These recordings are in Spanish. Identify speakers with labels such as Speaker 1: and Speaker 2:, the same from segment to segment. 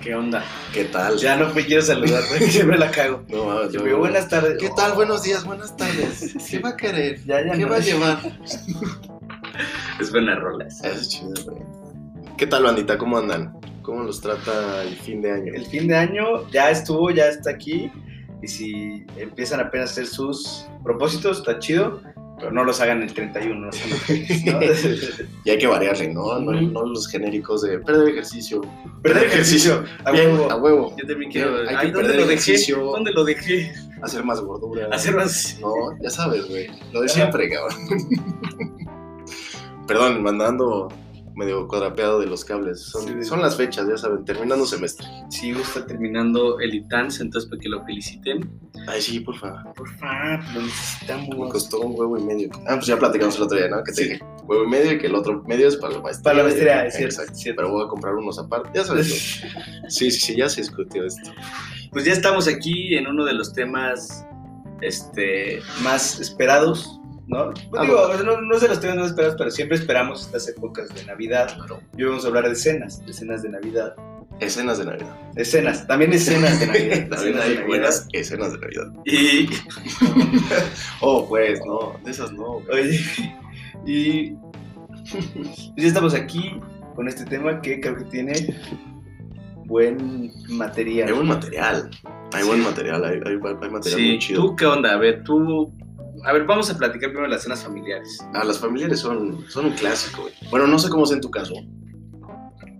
Speaker 1: ¿Qué onda?
Speaker 2: ¿Qué tal?
Speaker 1: Ya no me quiero saludar, güey, siempre la cago.
Speaker 2: No, mames,
Speaker 1: Yo
Speaker 2: yo-
Speaker 1: digo, buenas tardes.
Speaker 2: ¿Qué tal? Buenos días, buenas tardes. ¿Qué va a querer?
Speaker 1: Ya, ya
Speaker 2: ¿Qué
Speaker 1: no.
Speaker 2: va a llevar?
Speaker 3: Es buena rola. esa.
Speaker 2: Eso es chido, güey. ¿Qué tal, bandita? ¿Cómo andan? ¿Cómo los trata el fin de año?
Speaker 1: El fin de año ya estuvo, ya está aquí. Y si empiezan apenas a hacer sus propósitos, está chido. Pero no los hagan el 31. ¿no? ¿No?
Speaker 2: Y hay que variarle, ¿no? No,
Speaker 1: Ujú.
Speaker 2: no los genéricos de perder ejercicio.
Speaker 1: Perder ejercicio. A
Speaker 2: Bien,
Speaker 1: huevo.
Speaker 2: a huevo.
Speaker 3: Yo también
Speaker 2: Bien,
Speaker 3: quiero.
Speaker 2: hay que
Speaker 3: Ay, ¿dónde
Speaker 2: perder
Speaker 3: lo dejé?
Speaker 2: ejercicio.
Speaker 3: ¿Dónde lo dejé?
Speaker 2: Hacer más gordura.
Speaker 3: Hacer más.
Speaker 2: No, ya sabes, güey. Lo de
Speaker 1: Ajá.
Speaker 2: siempre, cabrón. Perdón, mandando medio cuadrapeado de los cables. Son,
Speaker 1: Sí.
Speaker 2: son las fechas, ya saben, terminando semestre.
Speaker 3: Sí, está terminando el ITANS, entonces para que lo feliciten.
Speaker 2: Ay, sí, porfa.
Speaker 1: Porfa, lo
Speaker 2: Me
Speaker 1: necesitamos.
Speaker 2: costó un huevo y medio. Ah, pues ya platicamos el otro día, ¿no? Que te
Speaker 1: Sí.
Speaker 2: dije huevo y medio y que el otro medio es para la maestría.
Speaker 1: Para la maestría, es cierto,
Speaker 2: Exacto.
Speaker 1: es cierto.
Speaker 2: Pero voy a comprar unos aparte. Ya sabes. ¿no? Sí, sí, sí, ya se discutió esto.
Speaker 3: Pues ya estamos aquí en uno de los temas. Este.
Speaker 1: Más esperados, ¿no? Pues
Speaker 2: Ah,
Speaker 1: digo, no, no se los tengo más esperados, pero siempre esperamos estas épocas de Navidad. Y hoy vamos a hablar de cenas, de cenas de Navidad.
Speaker 2: Escenas de Navidad.
Speaker 1: Escenas, también escenas de Navidad.
Speaker 2: También
Speaker 1: escenas de
Speaker 2: hay
Speaker 1: Navidad.
Speaker 2: buenas escenas de Navidad.
Speaker 3: Y.
Speaker 2: Oh, pues, no. De esas no, güey.
Speaker 1: Oye, y pues ya estamos aquí con este tema que creo que tiene buen material.
Speaker 2: Hay buen material. Hay
Speaker 1: Sí.
Speaker 2: buen material. Hay, hay- hay material
Speaker 3: Sí,
Speaker 2: muy chido.
Speaker 3: ¿tú qué onda? A ver, tú. A ver, vamos a platicar primero de las cenas familiares.
Speaker 2: Ah, las familiares son, son un clásico, güey. Bueno, no sé cómo sea en tu caso,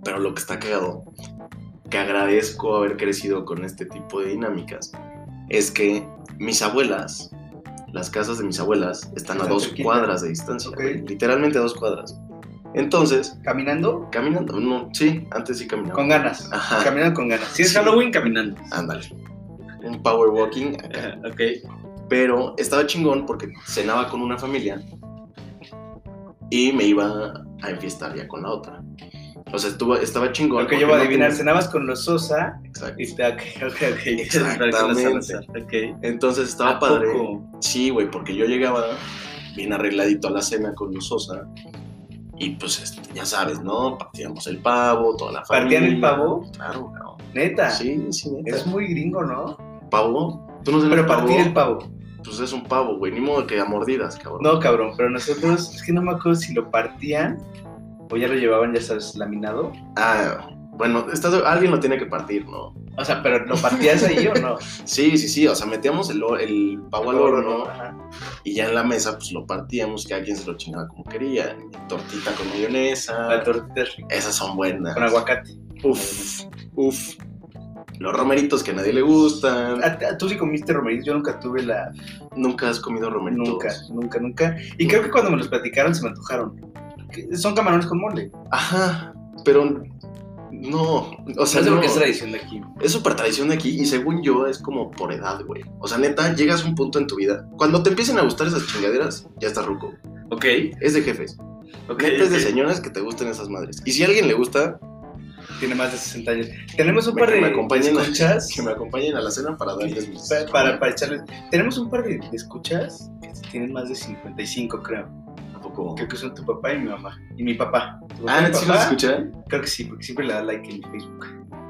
Speaker 2: pero lo que está cagado, que agradezco haber crecido con este tipo de dinámicas, es que mis abuelas, las casas de mis abuelas, están a
Speaker 1: Están
Speaker 2: dos
Speaker 1: cerquita.
Speaker 2: cuadras de distancia,
Speaker 1: Ok.
Speaker 2: güey, literalmente a dos cuadras. Entonces,
Speaker 1: ¿Caminando?
Speaker 2: caminando, no, sí, antes sí caminaba.
Speaker 1: Con ganas.
Speaker 2: Ajá.
Speaker 1: Caminando con ganas.
Speaker 3: Si es
Speaker 2: Sí. Ah,
Speaker 3: Halloween, caminando.
Speaker 2: Ándale. Un power walking acá.
Speaker 3: Ajá, ok.
Speaker 2: Pero estaba chingón porque cenaba con una familia y me iba a enfiestar ya con la otra. O sea, estuvo, estaba chingón.
Speaker 1: Lo que
Speaker 2: porque
Speaker 1: yo voy a
Speaker 2: no
Speaker 1: adivinar,
Speaker 2: tenía-
Speaker 1: cenabas con los Sosa
Speaker 2: Exacto.
Speaker 1: y está ok, ok, ok.
Speaker 2: Exactamente.
Speaker 3: Ok.
Speaker 2: Entonces estaba
Speaker 3: ¿A
Speaker 2: padre.
Speaker 3: poco?
Speaker 2: Sí, güey, porque yo llegaba bien arregladito a la cena con los Sosa y pues este, ya sabes, ¿no? Partíamos el pavo, toda la familia.
Speaker 1: ¿Partían el pavo?
Speaker 2: Claro, cabrón.
Speaker 1: Neta.
Speaker 2: Sí, sí, neta.
Speaker 1: Es muy gringo, ¿no?
Speaker 2: ¿Pavo? ¿Tú no cenas
Speaker 1: Pero partir
Speaker 2: pavo?
Speaker 1: el pavo.
Speaker 2: Pues es un pavo, güey. Ni modo que a mordidas, cabrón.
Speaker 1: No, cabrón, pero nosotros, es que no me acuerdo si lo partían o ya lo llevaban, ya sabes, laminado.
Speaker 2: Ah, bueno, estás- alguien lo tiene que partir, ¿no?
Speaker 1: O sea, pero ¿lo partías ahí o no?
Speaker 2: Sí, sí, sí, o sea, metíamos el, o- el pavo al horno
Speaker 1: Ajá.
Speaker 2: y ya en la mesa pues lo partíamos, cada quien se lo chingaba como quería. Tortita con
Speaker 1: La
Speaker 2: mayonesa,
Speaker 1: tortita es rica,
Speaker 2: esas son buenas.
Speaker 1: con aguacate.
Speaker 2: Uf, uf. Los romeritos que a nadie le gustan.
Speaker 1: Ah, t- Tú sí comiste romeritos, yo nunca tuve la...
Speaker 2: Nunca has comido romeritos.
Speaker 1: Nunca, nunca, nunca. Y creo que cuando me los platicaron se me antojaron. Que Son camarones con mole.
Speaker 2: Ajá, pero no, o sea,
Speaker 1: No sé
Speaker 2: no.
Speaker 1: por qué es tradición de aquí.
Speaker 2: Es súper tradición de aquí y según yo es como por edad, güey. O sea, neta, llegas a un punto en tu vida. Cuando te empiecen a gustar esas chingaderas, ya estás ruco.
Speaker 3: Ok.
Speaker 2: Es de jefes.
Speaker 3: Ok.
Speaker 2: Neta es de
Speaker 3: ok.
Speaker 2: señoras que te gusten esas madres. Y si a alguien le gusta,
Speaker 1: Tiene más de 60 años. Tenemos un
Speaker 2: Me-
Speaker 1: par
Speaker 2: que
Speaker 1: de
Speaker 2: me acompañen.
Speaker 1: escuchas.
Speaker 2: que me acompañen a la cena para darles mis...
Speaker 1: Pa- Para, para echarles. Tenemos un par de, de escuchas que tienen más de 55, creo.
Speaker 2: ¿A poco?
Speaker 1: Creo que son tu papá y mi mamá. Y mi papá. ¿Tu papá
Speaker 2: Ah,
Speaker 1: y mi
Speaker 2: ¿neta sí
Speaker 1: papá?
Speaker 2: los escucha?
Speaker 1: Creo que sí, porque siempre le da like en mi Facebook.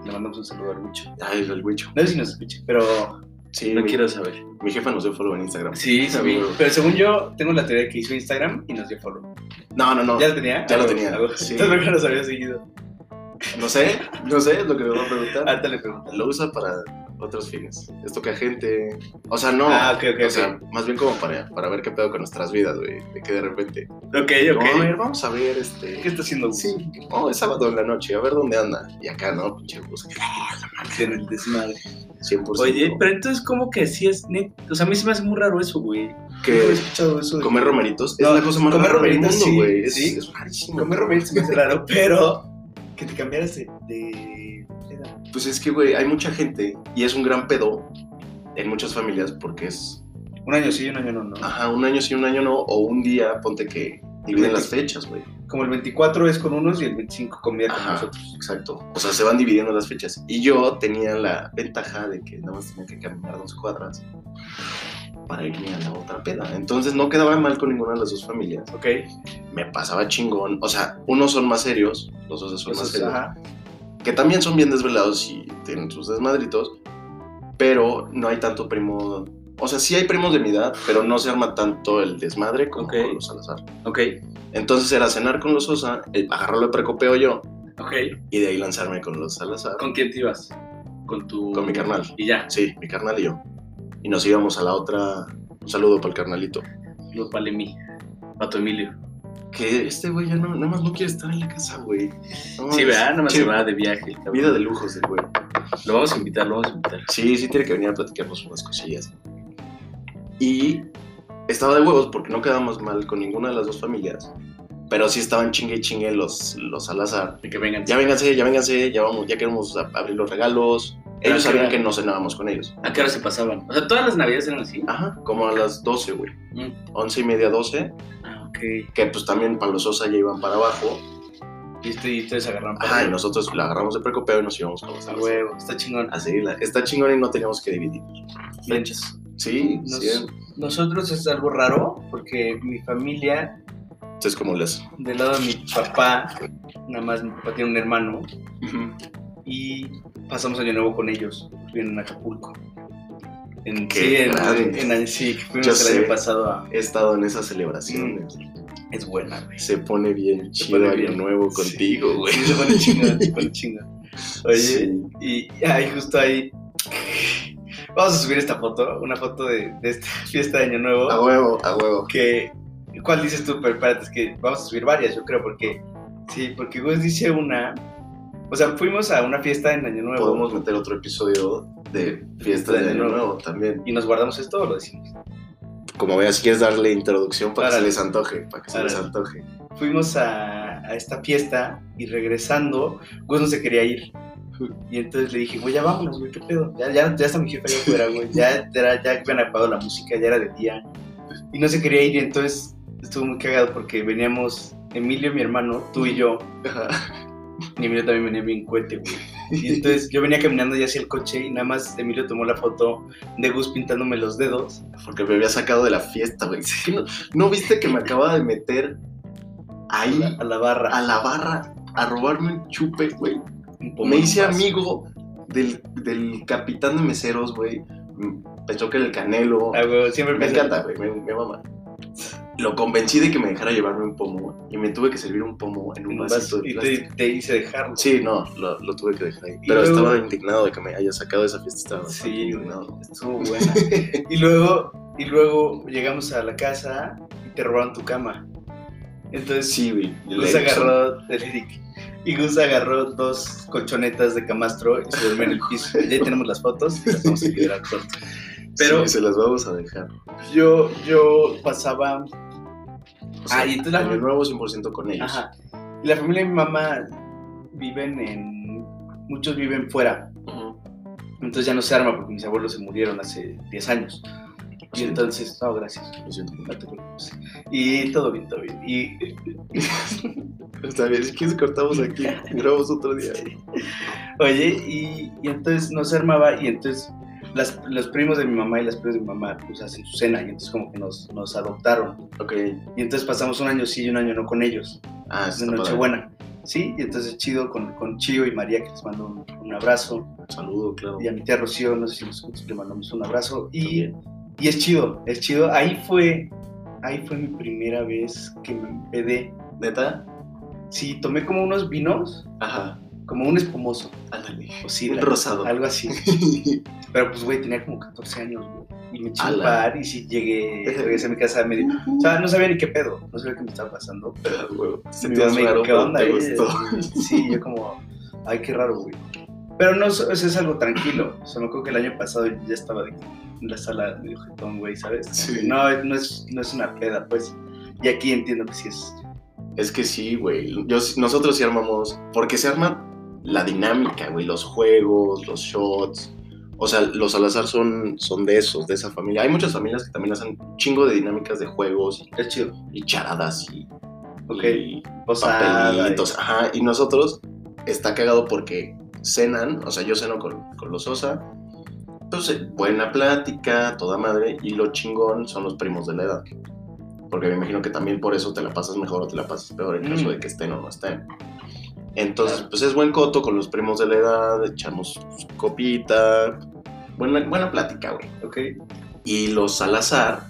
Speaker 1: Le mandamos un saludo al mucho.
Speaker 2: Ay, el bicho.
Speaker 1: No sé si nos escucha, pero,
Speaker 2: Sí,
Speaker 3: No
Speaker 2: mi,
Speaker 3: quiero saber.
Speaker 2: mi jefa nos dio follow en Instagram.
Speaker 3: Sí,
Speaker 2: Ah,
Speaker 3: sí.
Speaker 2: güey.
Speaker 1: pero según yo, tengo la teoría que hizo Instagram y nos dio follow.
Speaker 2: No, no, no.
Speaker 1: ¿Ya lo tenía?
Speaker 2: Ya lo
Speaker 1: Ah,
Speaker 2: tenía,
Speaker 1: ah, bueno.
Speaker 2: sí.
Speaker 1: Entonces, ¿por qué nos había seguido?
Speaker 2: No sé, no sé, es lo que me va a preguntar.
Speaker 1: Ahorita le pregunto.
Speaker 2: Lo usa para otros fines. Esto que a gente... O sea, no.
Speaker 1: Ah, ok, ok,
Speaker 2: O sea,
Speaker 1: ok.
Speaker 2: más bien como para, para ver qué pedo con nuestras vidas, güey. De que de repente.
Speaker 3: Ok, ok.
Speaker 2: No, a ver, vamos a ver, este.
Speaker 1: ¿Qué está haciendo Gus
Speaker 2: Sí, oh, es sábado en la noche, a ver dónde anda. Y acá, ¿no? Pinche bus,
Speaker 1: en el desmadre?
Speaker 2: 100%.
Speaker 3: Oye, pero entonces, ¿cómo que si es net? O sea, a mí se me hace muy raro eso, güey.
Speaker 1: Yo he
Speaker 2: que
Speaker 1: escuchado eso. de-
Speaker 2: comer romeritos es
Speaker 1: No,
Speaker 2: la cosa más
Speaker 1: comer
Speaker 2: rara del
Speaker 1: romeritos,
Speaker 2: mundo,
Speaker 1: sí,
Speaker 2: güey. Es-
Speaker 1: sí.
Speaker 2: Es, rarísimo.
Speaker 1: Comer romeritos se me hace raro, pero que te cambiaras de, de edad.
Speaker 2: Pues es que, güey, hay mucha gente y es un gran pedo en muchas familias porque es,
Speaker 1: Un año sí y un año no, ¿no?
Speaker 2: ajá, un año sí, un año no, o un día, ponte que dividen las fechas, güey.
Speaker 1: Como el 24 es con unos y el 25 comía con
Speaker 2: Ajá.
Speaker 1: nosotros.
Speaker 2: Exacto. O sea, se van dividiendo las fechas. Y yo tenía la ventaja de que nada más tenía que caminar dos cuadras para irme a la otra peda. Entonces no quedaba mal con ninguna de las dos familias.
Speaker 1: ¿Ok?
Speaker 2: Me pasaba chingón. O sea, unos son más serios, los dos son más
Speaker 1: Entonces,
Speaker 2: serios.
Speaker 1: ajá.
Speaker 2: que también son bien desvelados y tienen sus desmadritos, pero no hay tanto primo. O sea, sí hay primos de mi edad, pero no se arma tanto el desmadre como
Speaker 4: Ok.
Speaker 2: con los Salazar.
Speaker 4: Ok,
Speaker 2: Entonces era cenar con los Sosa, eh, el pajarro lo precopeo yo,
Speaker 4: ok.
Speaker 2: y de ahí lanzarme con los Salazar.
Speaker 4: ¿Con quién te ibas? Con tu.
Speaker 2: Con mi carnal.
Speaker 4: Y ya,
Speaker 2: Sí, mi carnal y yo. Y nos íbamos a la otra. Un saludo para el carnalito.
Speaker 4: lo palemí. Pato Emilio.
Speaker 2: Que este güey ya no, nada más no quiere estar en la casa, güey. No,
Speaker 4: Sí,
Speaker 2: es-
Speaker 4: ¿verdad? Nada más
Speaker 2: sí,
Speaker 4: se va de viaje. el cabrón.
Speaker 2: Vida de lujos, el güey.
Speaker 4: Lo vamos a invitar, lo vamos a invitar.
Speaker 2: Sí, sí tiene que venir a platicarnos unas cosillas. Y estaba de huevos porque no quedábamos mal con ninguna de las dos familias. Pero sí estaban chingue y chingue los, los Salazar.
Speaker 4: De que vengan.
Speaker 2: Ya vénganse, ya vénganse, ya vamos, ya queremos a- abrir los regalos.
Speaker 4: Pero
Speaker 2: Ellos
Speaker 4: que
Speaker 2: sabían
Speaker 4: era-
Speaker 2: que no cenábamos con ellos.
Speaker 4: ¿A qué hora se pasaban? O sea, todas las navidades eran así.
Speaker 2: Ajá, como a las 12, güey.
Speaker 4: Mm.
Speaker 2: 11 y media, 12.
Speaker 4: Ah, ok.
Speaker 2: Que pues también para los Sosa ya iban para abajo.
Speaker 1: Y este- y ustedes agarran
Speaker 2: Ajá, y nosotros la agarramos de precopeo y nos íbamos con los
Speaker 1: A
Speaker 2: Salazar.
Speaker 1: huevo, está chingón.
Speaker 2: Así, la- está chingón y no teníamos que dividir.
Speaker 1: Fechas.
Speaker 2: Sí,
Speaker 1: Nos-
Speaker 2: sí.
Speaker 1: Nosotros es algo raro porque mi familia
Speaker 2: Entonces, como les.
Speaker 1: del lado de mi papá, nada más mi papá tiene un hermano y pasamos año nuevo con ellos. Viven en Acapulco. En,
Speaker 2: Qué
Speaker 1: sí, en,
Speaker 2: grande.
Speaker 1: en- en- sí, que fuimos
Speaker 2: Yo
Speaker 1: el
Speaker 2: sé.
Speaker 1: año pasado a-
Speaker 2: He estado en esas celebraciones.
Speaker 1: Es buena, güey.
Speaker 2: Se pone bien
Speaker 1: Mm. Se
Speaker 2: chido
Speaker 1: pone
Speaker 2: año
Speaker 1: bien.
Speaker 2: nuevo
Speaker 1: Sí.
Speaker 2: contigo, güey.
Speaker 1: Sí, se pone chingón, se pone chingón. Oye,
Speaker 2: Sí.
Speaker 1: y ahí justo ahí. Vamos a subir esta foto, una foto de, de esta fiesta de Año Nuevo.
Speaker 2: A huevo, a huevo.
Speaker 1: que ¿cuál dices tú? Pero espérate, es que vamos a subir varias, yo creo, porque sí, porque Gus dice una, o sea, fuimos a una fiesta en Año Nuevo
Speaker 2: Podemos meter otro episodio de fiesta de año nuevo también.
Speaker 1: y nos guardamos esto o lo decimos.
Speaker 2: Como veas, si quieres darle introducción para que se
Speaker 1: Árale.
Speaker 2: les antoje, para que se les
Speaker 1: Árale.
Speaker 2: antoje.
Speaker 1: Fuimos a, a esta fiesta y regresando, Gus no se quería ir. Y entonces le dije, güey, ya vámonos, güey, qué pedo. Ya, ya, ya está mi jefa allá afuera, güey. Ya, era- ya habían acabado la música, ya era de día. Y no se quería ir, y entonces estuvo muy cagado porque veníamos, Emilio, mi hermano, tú y yo, Y Emilio también venía bien cohete, güey. Y entonces yo venía caminando ya hacia el coche y nada más Emilio tomó la foto de Gus pintándome los dedos.
Speaker 2: Porque me había sacado de la fiesta, güey. ¿No, no viste que me acaba de meter ahí
Speaker 1: A la barra.
Speaker 2: a la barra a robarme un chupe, güey?
Speaker 1: Un pomo
Speaker 2: Me hice
Speaker 1: de vaso.
Speaker 2: amigo del, del capitán de meseros, güey. Pensó que era el canelo.
Speaker 1: Ah, güey, siempre
Speaker 2: Me
Speaker 1: pensé-
Speaker 2: encanta, güey, me, me mama. Lo convencí de que me dejara llevarme un pomo y me tuve que servir un pomo en un,
Speaker 1: Un
Speaker 2: vasito
Speaker 1: vaso,
Speaker 2: de
Speaker 1: y
Speaker 2: plástico.
Speaker 1: te, te hice dejarlo.
Speaker 2: Sí, no, lo, lo tuve que dejar ahí.
Speaker 1: Y
Speaker 2: Pero
Speaker 1: luego-
Speaker 2: estaba indignado de que me haya sacado de esa fiesta. Estaba bastante
Speaker 1: Sí,
Speaker 2: indignado.
Speaker 1: Estuvo buena. y luego, y luego llegamos a la casa y te robaron tu cama. Entonces
Speaker 2: Sí, güey. el
Speaker 1: Gus
Speaker 2: Erickson.
Speaker 1: agarró el Eric. Y Gus agarró dos colchonetas de camastro y se durmió en el piso. Ya tenemos las fotos y las vamos a quedar al corte. Pero
Speaker 2: Sí, se las vamos a dejar.
Speaker 1: yo, yo pasaba
Speaker 2: O sea,
Speaker 1: Ah, y entonces la-
Speaker 2: Año nuevo 100% con ellos.
Speaker 1: Ajá. Y la familia de mi mamá viven en. Muchos viven fuera.
Speaker 2: Ujú.
Speaker 1: Entonces ya no se arma porque mis abuelos se murieron hace 10 años. Y
Speaker 2: Sí.
Speaker 1: entonces. No, gracias.
Speaker 2: Lo siento.
Speaker 1: No te preocupes. Y todo bien, todo bien. Y,
Speaker 2: Está bien, si quieres cortamos aquí, grabamos otro día.
Speaker 1: oye, y, y entonces no se armaba. Y entonces las, los primos de mi mamá y las primas de mi mamá pues hacen su cena. Y entonces como que nos, nos adoptaron.
Speaker 2: Ok.
Speaker 1: Y entonces pasamos un año sí y un año no con ellos.
Speaker 2: Ah, está
Speaker 1: De
Speaker 2: padre.
Speaker 1: Nochebuena. Sí, y entonces chido con, con Chío y María que les mando un- un abrazo.
Speaker 2: Saludo, claro.
Speaker 1: y a mi tía Rocío, no sé si nos escuchas, le mandamos un abrazo. Y, y es chido, es chido. Ahí fue, ahí fue mi primera vez que me empedé.
Speaker 2: ¿Neta?
Speaker 1: Sí, tomé como unos vinos,
Speaker 2: Ajá.
Speaker 1: como un espumoso,
Speaker 2: Ándale.
Speaker 1: o
Speaker 2: Un
Speaker 1: sidra,
Speaker 2: rosado.
Speaker 1: algo así. Pero pues, güey, tenía como 14 años, güey. Y me eché un
Speaker 2: Ala.
Speaker 1: par y sí llegué, regresé a mi casa a medio. O sea, no sabía ni qué pedo, no sabía qué me estaba pasando.
Speaker 2: Ah, huevo.
Speaker 1: Mi
Speaker 2: Sentías
Speaker 1: mamá me dijo,
Speaker 2: raro,
Speaker 1: "¿Qué
Speaker 2: pero te
Speaker 1: eh?"
Speaker 2: gustó.
Speaker 1: Sí, yo como, ay, qué raro, güey. Pero no, eso es algo tranquilo. O sea, me acuerdo que el año pasado yo ya estaba de- en la sala de jetón, güey, ¿sabes?
Speaker 2: Sí.
Speaker 1: No, no es, no es una peda, pues. Y aquí entiendo que sí es.
Speaker 2: Es que sí, güey. Yo- Nosotros sí armamos. Porque se arma la dinámica, güey. Los juegos, los shots. O sea, los Salazar son, son de esos, de esa familia. Hay muchas familias que también hacen un chingo de dinámicas de juegos
Speaker 1: Es chido.
Speaker 2: y charadas y,
Speaker 1: Ok.
Speaker 2: y
Speaker 1: O sea,
Speaker 2: papelitos. Ajá. Y nosotros está cagado porque cenan. O sea, yo ceno con, con los Sosa. Entonces, eh, buena plática, toda madre. Y lo chingón son los primos de la edad. Porque me imagino que también por eso te la pasas mejor o te la pasas peor en caso
Speaker 1: Mm.
Speaker 2: de que estén o no estén. Entonces, pues es buen coto con los primos de la edad, echamos copita, buena, buena plática, güey.
Speaker 5: Ok.
Speaker 2: Y los Salazar,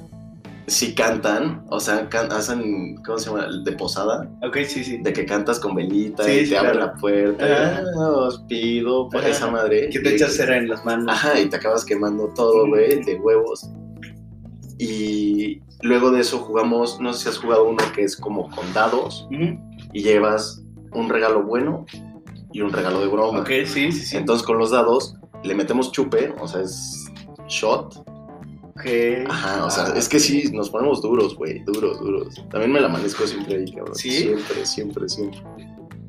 Speaker 2: sí cantan, o sea, can- hacen, ¿cómo se llama? De posada,
Speaker 5: Ok, sí, sí.
Speaker 2: de que cantas con velita
Speaker 5: Sí,
Speaker 2: y te
Speaker 5: sí,
Speaker 2: abren
Speaker 5: claro.
Speaker 2: la puerta,
Speaker 5: Ajá.
Speaker 2: y, "Ah, os pido por
Speaker 5: Ajá.
Speaker 2: esa madre.
Speaker 5: Que te
Speaker 2: Y-
Speaker 5: echas cera en las manos.
Speaker 2: Ajá, y te acabas quemando todo, güey, de huevos. Y luego de eso jugamos, no sé si has jugado uno que es como con dados
Speaker 5: Ujú.
Speaker 2: y llevas un regalo bueno y un regalo de broma.
Speaker 5: Ok, sí, sí, sí.
Speaker 2: Entonces con los dados le metemos chupe, o sea, es shot.
Speaker 5: Ok.
Speaker 2: Ajá, o sea,
Speaker 5: Ah,
Speaker 2: es que sí, nos ponemos duros, güey, duros, duros. También me la amanezco siempre ahí, cabrón.
Speaker 5: ¿Sí?
Speaker 2: Siempre, siempre, siempre.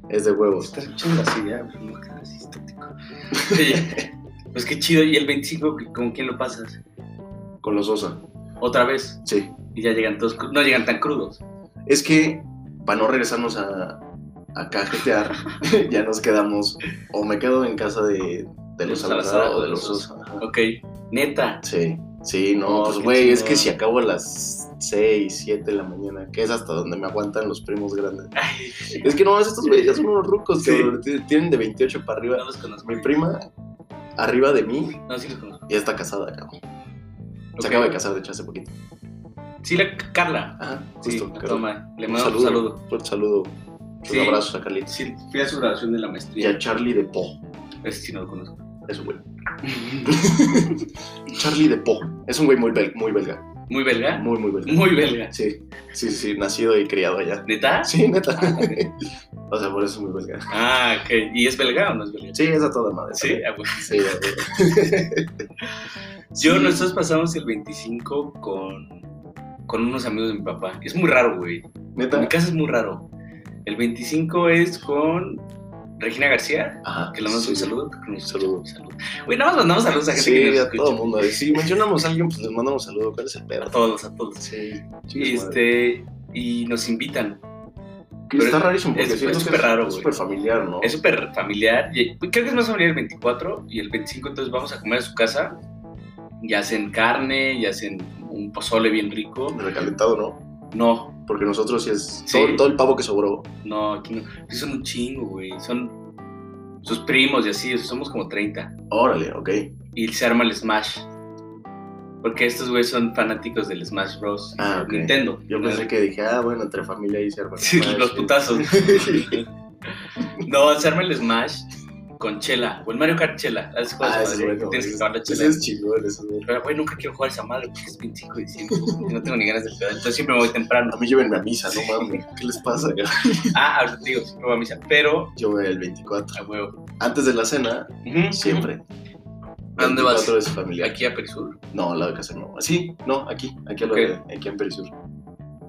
Speaker 2: Es de huevos.
Speaker 5: Estás escuchando así,
Speaker 1: ¿eh?
Speaker 5: ya,
Speaker 1: Pues,
Speaker 5: güey, no quedas así estático.
Speaker 1: Oye, pues qué chido. ¿Y el 25 con quién lo pasas?
Speaker 2: Con los osa,
Speaker 1: Otra vez.
Speaker 2: sí.
Speaker 1: Y ya llegan todos. cru- No llegan tan crudos.
Speaker 2: Es que para no regresarnos a, a cajetear, ya nos quedamos. O me quedo en casa de, de los Salazar o de los Sosa. ajá.
Speaker 1: Ok. Neta.
Speaker 2: Sí, sí, no,
Speaker 5: Oh,
Speaker 2: pues
Speaker 5: qué
Speaker 2: güey, es
Speaker 5: chingón.
Speaker 2: que si acabo a las 6, 7 de la mañana, que es hasta donde me aguantan los primos grandes. Es que no, estos güeyes ya son unos rucos,
Speaker 5: Sí.
Speaker 2: cabrón, t- tienen de 28
Speaker 1: No
Speaker 2: para arriba.
Speaker 1: los conozco.
Speaker 2: Mi prima, arriba de mí,
Speaker 1: No, sí los conozco.
Speaker 2: ya está casada, cabrón.
Speaker 1: Ok.
Speaker 2: Se acaba de casar, de hecho, hace poquito.
Speaker 1: Sí, la Carla.
Speaker 2: Ajá,
Speaker 1: Sí,
Speaker 2: justo, Carlos.
Speaker 1: toma. Le mando un saludo.
Speaker 2: Fuerte saludo.
Speaker 1: Sí.
Speaker 2: Un abrazo a Carlitos.
Speaker 1: Sí, fui a su graduación de la
Speaker 2: Y
Speaker 1: maestría.
Speaker 2: a Charlie de Po.
Speaker 1: Ese sí no lo conozco.
Speaker 2: Es un güey. Charlie de Po. Es un güey muy, bel- muy belga.
Speaker 1: Muy belga.
Speaker 2: Muy, muy belga.
Speaker 1: Muy belga.
Speaker 2: Sí, sí, sí, nacido y criado allá.
Speaker 1: ¿Neta?
Speaker 2: Sí, neta. o sea, por eso es muy belga.
Speaker 1: Ah, ok. ¿Y es belga o no es belga?
Speaker 2: Sí, es a toda madre.
Speaker 1: Sí, ah, bueno.
Speaker 2: Sí, a huevo.
Speaker 1: Yo, nosotros pasamos el 25 con, con unos amigos de mi papá. Es muy raro, güey. En mi
Speaker 2: Neta.
Speaker 1: casa es muy raro. El 25 es con Regina García,
Speaker 2: Ajá.
Speaker 1: que le mando
Speaker 2: sí,
Speaker 1: un
Speaker 2: sí.
Speaker 1: saludo. creo que nos escucha.
Speaker 2: Saludo.
Speaker 1: Salud. Güey, nada más mandamos saludos a gente que
Speaker 2: Sí,
Speaker 1: nos
Speaker 2: a
Speaker 1: escucha.
Speaker 2: todo el mundo. Si mencionamos a alguien, pues les mandamos saludo. ¿Cuál es el pedo?
Speaker 1: A todos, a todos.
Speaker 2: Sí,
Speaker 1: Y,
Speaker 2: chicos.
Speaker 1: este, y nos invitan. pero
Speaker 2: está
Speaker 1: es-
Speaker 2: rarísimo porque
Speaker 1: es-
Speaker 2: siento
Speaker 1: es
Speaker 2: que
Speaker 1: súper raro,
Speaker 2: Es
Speaker 1: güey.
Speaker 2: súper familiar, ¿no?
Speaker 1: Es súper familiar. y- creo que es más familiar el 24 y el 25 entonces vamos a comer a su casa. Y hacen carne, y hacen un pozole bien rico.
Speaker 2: recalentado, ¿no?
Speaker 1: No,
Speaker 2: Porque nosotros sí es.
Speaker 1: Sí.
Speaker 2: Todo, todo el pavo que sobró.
Speaker 1: no, aquí no. Sí son un chingo, güey. Son sus primos y así, o sea, somos como 30.
Speaker 2: Órale, ok.
Speaker 1: Y se arma el Smash. Porque estos güeyes son fanáticos del Smash Bros.
Speaker 2: Ah, ok.
Speaker 1: Nintendo.
Speaker 2: Yo pensé que dije, ah, bueno, entre familia y se arma el
Speaker 1: Sí,
Speaker 2: Smash,
Speaker 1: los
Speaker 2: sí.
Speaker 1: putazos.
Speaker 2: Ah,
Speaker 1: no, se arma el Smash con Chela. O el Mario Kart Chela. ¿Has jugado
Speaker 2: Ah,
Speaker 1: esa
Speaker 2: ese es
Speaker 1: madre?
Speaker 2: bueno.
Speaker 1: Tienes que acabar la
Speaker 2: Ese
Speaker 1: Chela.
Speaker 2: es chingón, ese es bueno.
Speaker 1: Pero, güey, nunca quiero jugar esa madre porque es 25 de diciembre. y no tengo ni ganas de jugar. Entonces siempre me voy temprano.
Speaker 2: A mí llévenme a misa, no mames. ¿Qué les pasa?
Speaker 1: Ah, ahorita te digo, siempre voy a misa. Pero,
Speaker 2: Yo voy el 24.
Speaker 1: a huevo.
Speaker 2: Antes de la cena, siempre.
Speaker 1: ¿A dónde vas?
Speaker 2: 24 es familiar.
Speaker 1: Aquí a Perisur.
Speaker 2: No, al lado de casa de mi mamá. Sí, no, aquí. Aquí, al lado
Speaker 1: Ok.
Speaker 2: de- aquí en Perisur.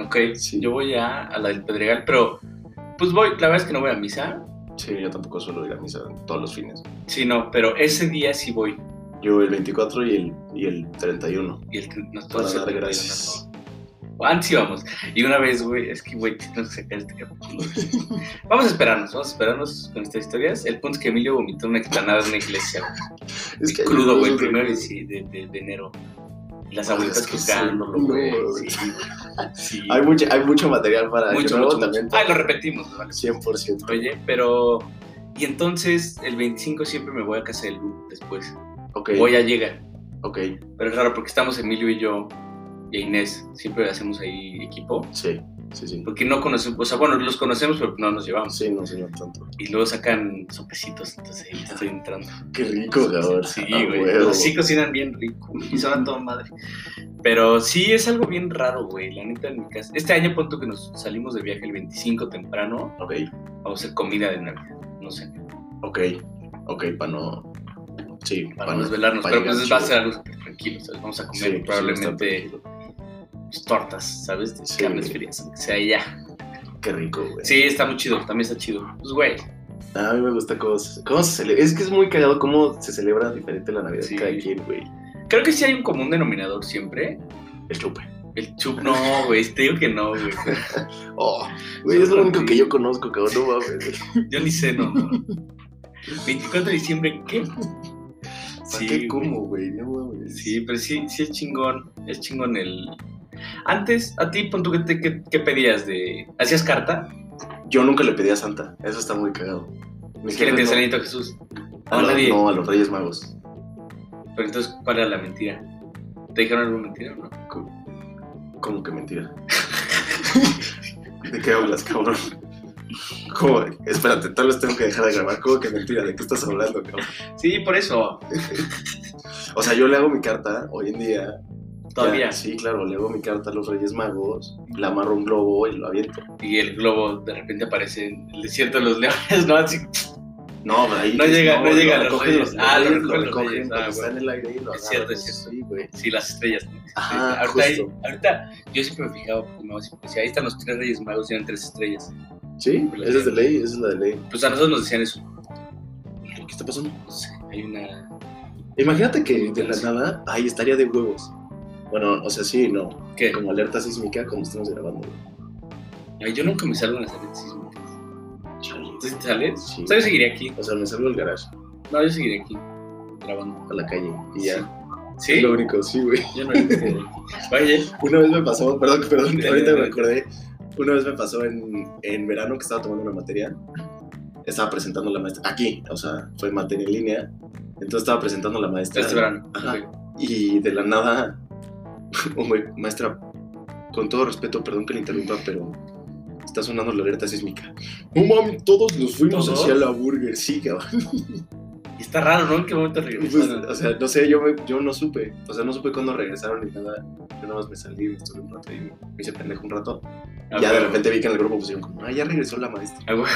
Speaker 1: Ok.
Speaker 2: Sí.
Speaker 1: Yo voy a, a la del Pedregal, pero pues voy. La verdad es que no voy a misa.
Speaker 2: Sí, yo tampoco suelo ir a misa todos los fines.
Speaker 1: Sí, no, pero ese día sí voy.
Speaker 2: Yo el 24 y el, y el 31.
Speaker 1: Y el tre- no, todo
Speaker 2: Para
Speaker 1: ese
Speaker 2: dar
Speaker 1: día,
Speaker 2: gracias.
Speaker 1: no, no. Antes íbamos. Y una vez, güey, es que, güey, tenemos que sacar este capítulo. vamos a esperarnos, vamos a esperarnos con estas historias. El punto es que Emilio vomitó en una explanada de una iglesia, güey.
Speaker 2: Es que
Speaker 1: crudo, güey, el primero y sí, de, de, de enero. Y Las
Speaker 2: Ah,
Speaker 1: abuelitas
Speaker 2: es que sí,
Speaker 1: juzgándolo,
Speaker 2: no,
Speaker 1: güey.
Speaker 2: güey.
Speaker 1: Sí, güey. Sí.
Speaker 2: Hay mucho, hay mucho material para
Speaker 1: mucho,
Speaker 2: Yo luego
Speaker 1: mucho,
Speaker 2: también.
Speaker 1: mucho. Ay, lo repetimos, ¿vale?
Speaker 2: 100%.
Speaker 1: Oye, pero. Y entonces, el 25 siempre me voy a casa de Lu después.
Speaker 2: Ok,
Speaker 1: O ya llega.
Speaker 2: ok,
Speaker 1: Pero es raro porque estamos Emilio y yo y Inés. Siempre hacemos ahí equipo.
Speaker 2: sí, sí, sí.
Speaker 1: Porque no conocemos, o sea, bueno, los conocemos, pero no nos llevamos.
Speaker 2: Sí, no señor tanto.
Speaker 1: Y luego sacan sopecitos, entonces ahí estoy entrando.
Speaker 2: Qué rico, cabrón.
Speaker 1: Sí,
Speaker 2: Ah,
Speaker 1: güey.
Speaker 2: huevo.
Speaker 1: Los sí cocinan bien rico y son a toda madre. Pero sí es algo bien raro, güey. La neta en mi casa. Este año punto que nos salimos de viaje el 25 temprano,
Speaker 2: Ok,
Speaker 1: vamos a hacer comida de Navidad. No sé,
Speaker 2: ok, ok, para no. Sí,
Speaker 1: para no desvelarnos.
Speaker 2: pa'
Speaker 1: Pero
Speaker 2: llegar
Speaker 1: pues va a
Speaker 2: chido.
Speaker 1: ser algo súper tranquilo, ¿sabes? Vamos a
Speaker 2: Sí,
Speaker 1: comer
Speaker 2: sí,
Speaker 1: probablemente
Speaker 2: está tranquilo.
Speaker 1: pues, tortas, ¿sabes? De
Speaker 2: Sí.
Speaker 1: carnes frías, aunque sea y ya.
Speaker 2: Qué rico, güey.
Speaker 1: Sí, está muy chido, también está chido. Pues, güey,
Speaker 2: A mí me gusta cómo se, cómo se celebra. Es que es muy cagado cómo se celebra diferente la Navidad
Speaker 1: Sí.
Speaker 2: cada quien, güey.
Speaker 1: creo que sí hay un común denominador siempre.
Speaker 2: El chupe.
Speaker 1: El chup, no, güey, te digo que no, güey.
Speaker 2: Oh, güey, es lo único que yo conozco, cabrón. No mames.
Speaker 1: Yo ni sé, no. 24 de diciembre, ¿qué?
Speaker 2: ¿Para
Speaker 1: Sí,
Speaker 2: qué
Speaker 1: güey.
Speaker 2: como, güey? No mames.
Speaker 1: Sí, pero sí, sí es chingón. Es chingón el. Antes, a ti, pon tú, ¿qué, te- qué, qué pedías de. ¿Hacías carta?
Speaker 2: Yo nunca le pedí a Santa. Eso está muy cagado. Mis
Speaker 1: ¿Qué le
Speaker 2: jefes
Speaker 1: pides
Speaker 2: no-
Speaker 1: al niñito Jesús?
Speaker 2: a
Speaker 1: A
Speaker 2: los-
Speaker 1: nadie.
Speaker 2: Ah, No, a los Reyes Magos.
Speaker 1: Pero entonces, ¿cuál era la mentira? ¿Te dijeron alguna mentira o no?
Speaker 2: Como, como que mentira. ¿De qué hablas, cabrón? ¿Cómo? Espérate, tal vez tengo que dejar de grabar. ¿Cómo que mentira? ¿De qué estás hablando, cabrón?
Speaker 1: Sí, por eso.
Speaker 2: O sea, yo le hago mi carta hoy en día.
Speaker 1: Todavía.
Speaker 2: Ya, sí, claro, le hago mi carta a los Reyes Magos, le amarro un globo y lo aviento.
Speaker 1: Y el globo de repente aparece en el desierto de los leones, ¿no? Así,
Speaker 2: No, pero ahí
Speaker 1: No llega- no
Speaker 2: lo
Speaker 1: llega a los
Speaker 2: recogen
Speaker 1: Reyes. Ah, lo recogen los
Speaker 2: recogen
Speaker 1: Reyes.
Speaker 2: cuando
Speaker 1: Ah,
Speaker 2: está en el aire y lo
Speaker 1: Es cierto,
Speaker 2: agarran.
Speaker 1: es cierto.
Speaker 2: Sí, güey.
Speaker 1: sí, las estrellas. ¿no? Este,
Speaker 2: Ajá,
Speaker 1: ahorita, ahí-
Speaker 2: justo.
Speaker 1: ahorita, yo siempre me fijaba, porque me decía, pues, ahí están los tres reyes magos, tienen tres estrellas.
Speaker 2: Sí, esa es de ley, esa es la de ley.
Speaker 1: Pues a nosotros nos decían eso.
Speaker 2: ¿Qué está pasando?
Speaker 1: No sé, hay una...
Speaker 2: Imagínate que de la nada, ahí estaría de huevos. Bueno, o sea, sí, no.
Speaker 1: ¿Qué?
Speaker 2: Como alerta sísmica, como estamos grabando.
Speaker 1: Ay, yo nunca me salgo en las alertas sísmicas.
Speaker 2: Chale.
Speaker 1: ¿Tú sí te sales?
Speaker 2: Sí.
Speaker 1: O sea, yo seguiré aquí.
Speaker 2: O sea, me salgo al garage,
Speaker 1: No, yo seguiré aquí, grabando.
Speaker 2: a la calle, y ya.
Speaker 1: ¿Sí?
Speaker 2: Es lo único, sí, güey.
Speaker 1: Yo no Oye,
Speaker 2: Una vez me pasó, perdón, perdón,
Speaker 1: Dale,
Speaker 2: ahorita me
Speaker 1: dale.
Speaker 2: acordé. Una vez me pasó en, en verano que estaba tomando una materia. Estaba presentando la maestra. Aquí, o sea, fue materia en línea. Entonces estaba presentando la maestra.
Speaker 1: este verano.
Speaker 2: Ajá.
Speaker 1: Ok.
Speaker 2: Y de la nada, un güey, maestra, con todo respeto, perdón que le interrumpa, pero está sonando la alerta sísmica. No mami, todos nos fuimos
Speaker 1: ¿Todos?
Speaker 2: hacia la burger, sí, cabrón.
Speaker 1: Y está raro, ¿no? ¿En qué momento
Speaker 2: Pues,
Speaker 1: regresaron?
Speaker 2: o sea, no sé, yo, me- yo no supe. O sea, no supe cuándo regresaron ni nada. Yo nada más me salí, me estuve un rato y me hice pendejo un rato.
Speaker 1: Ah,
Speaker 2: ya de
Speaker 1: bueno.
Speaker 2: repente vi que en el grupo pusieron como, ah, ya regresó la maestra.
Speaker 1: Ah, bueno.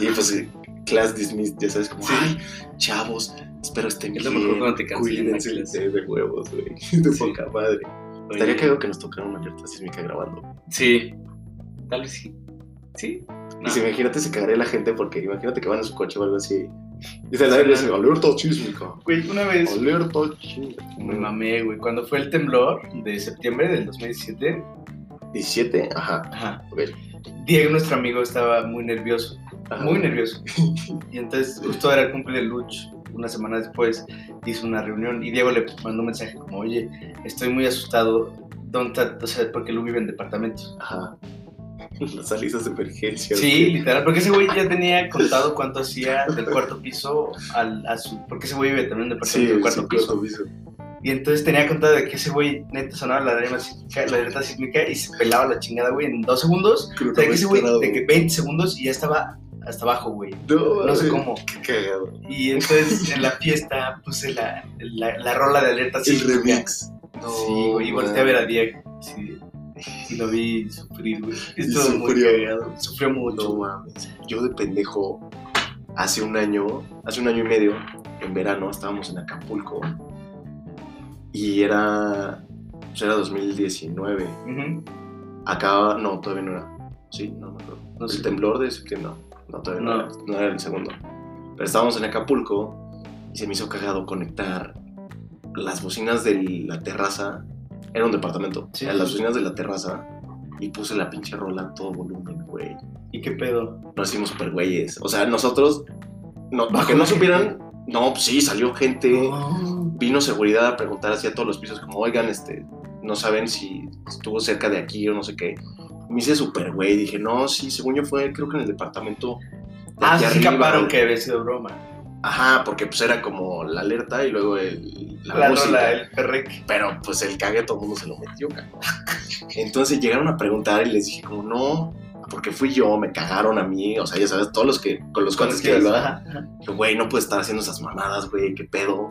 Speaker 2: Y pues, eh, class dismissed, ya sabes, como,
Speaker 1: Sí.
Speaker 2: ay, chavos, espero estén
Speaker 1: Es
Speaker 2: bien.
Speaker 1: lo mejor cuando te cancelan la
Speaker 2: Cuídense
Speaker 1: clase.
Speaker 2: ustedes de huevos, güey. De
Speaker 1: Sí.
Speaker 2: poca madre. Estaría cagado que nos tocara una alerta sísmica grabando.
Speaker 1: Sí, tal vez sí. ¿Sí? No.
Speaker 2: Y si imagínate se cagaría la gente porque imagínate que van en su coche o algo así. Y se
Speaker 1: Sí,
Speaker 2: la
Speaker 1: ¿no?
Speaker 2: dicen, alerta sísmica.
Speaker 5: Güey, una vez
Speaker 2: Alerta sísmica.
Speaker 5: me mamé, güey, cuando fue el temblor de septiembre del 2017,
Speaker 2: 17, ajá.
Speaker 5: ajá,
Speaker 2: Ok.
Speaker 5: Diego, nuestro amigo, estaba muy nervioso,
Speaker 2: ajá.
Speaker 5: muy nervioso. Y entonces, justo era el cumple de Luch, una semana después, hizo una reunión y Diego le mandó un mensaje como, oye, estoy muy asustado, don't ta- o sea, porque Lu vive en departamentos.
Speaker 2: Ajá. Las salidas de emergencia.
Speaker 5: Sí, literal, porque ese güey ya tenía contado cuánto hacía del cuarto piso al, a su, porque ese güey vive también en departamento
Speaker 2: Sí, el
Speaker 5: del cuarto
Speaker 2: cuarto
Speaker 5: piso.
Speaker 2: piso.
Speaker 5: Y entonces tenía contado de que ese güey neta sonaba la alarma sísmica, la alerta sísmica y se pelaba la chingada, güey, en dos segundos. O sea, que ese güey, de que 20 segundos y ya estaba hasta abajo, güey.
Speaker 2: No,
Speaker 5: No sé
Speaker 2: güey,
Speaker 5: cómo.
Speaker 2: Qué cagado.
Speaker 5: Y entonces en la fiesta puse la, la, la rola de alerta
Speaker 2: El
Speaker 5: sísmica.
Speaker 2: remix.
Speaker 5: Sí, güey, y volteé a ver a Diego. Sí. Y lo vi sufrir, güey. Estuvo muy
Speaker 2: sufrió.
Speaker 5: cagado. Sufrió mucho.
Speaker 2: No mames. Yo de pendejo, hace un año, hace un año y medio, en verano, estábamos en Acapulco. Y era. pues era 2019.
Speaker 5: Ujú.
Speaker 2: Acaba. No, todavía no era. Sí, no me acuerdo.
Speaker 5: No
Speaker 2: El
Speaker 5: sé.
Speaker 2: temblor de septiembre. No, no todavía no,
Speaker 5: No.
Speaker 2: era. No era el segundo. Pero estábamos en Acapulco y se me hizo cagado conectar las bocinas de la terraza. Era un departamento.
Speaker 5: Sí.
Speaker 2: Eran las bocinas de la terraza. Y puse la pinche rola a todo volumen, güey
Speaker 5: ¿Y qué pedo?
Speaker 2: nos hicimos super güeyes. O sea, nosotros, no, para
Speaker 5: Bajo
Speaker 2: que no
Speaker 5: la gente.
Speaker 2: supieran, no, pues sí, salió gente,
Speaker 5: No.
Speaker 2: vino seguridad a preguntar hacia todos los pisos, como, oigan, este, no saben si estuvo cerca de aquí o no sé qué. Me hice super güey, dije, no, sí, según yo fue, creo que en el departamento. de
Speaker 5: Ah, sí,
Speaker 2: aquí
Speaker 5: se
Speaker 2: arriba".
Speaker 5: escaparon que había sido broma.
Speaker 2: Ajá, porque pues era como la alerta y luego el, la,
Speaker 5: La, rola,
Speaker 2: música.
Speaker 5: el perrec.
Speaker 2: Pero pues el cague todo el mundo se lo metió, cabrón. Entonces llegaron a preguntar y les dije como, no, porque fui yo, me cagaron a mí, o sea, ya sabes, todos los que, con los cuates que
Speaker 5: Ajá,
Speaker 2: iba.
Speaker 5: ajá.
Speaker 2: Dije, güey, no puedes estar haciendo esas mamadas, güey, qué pedo.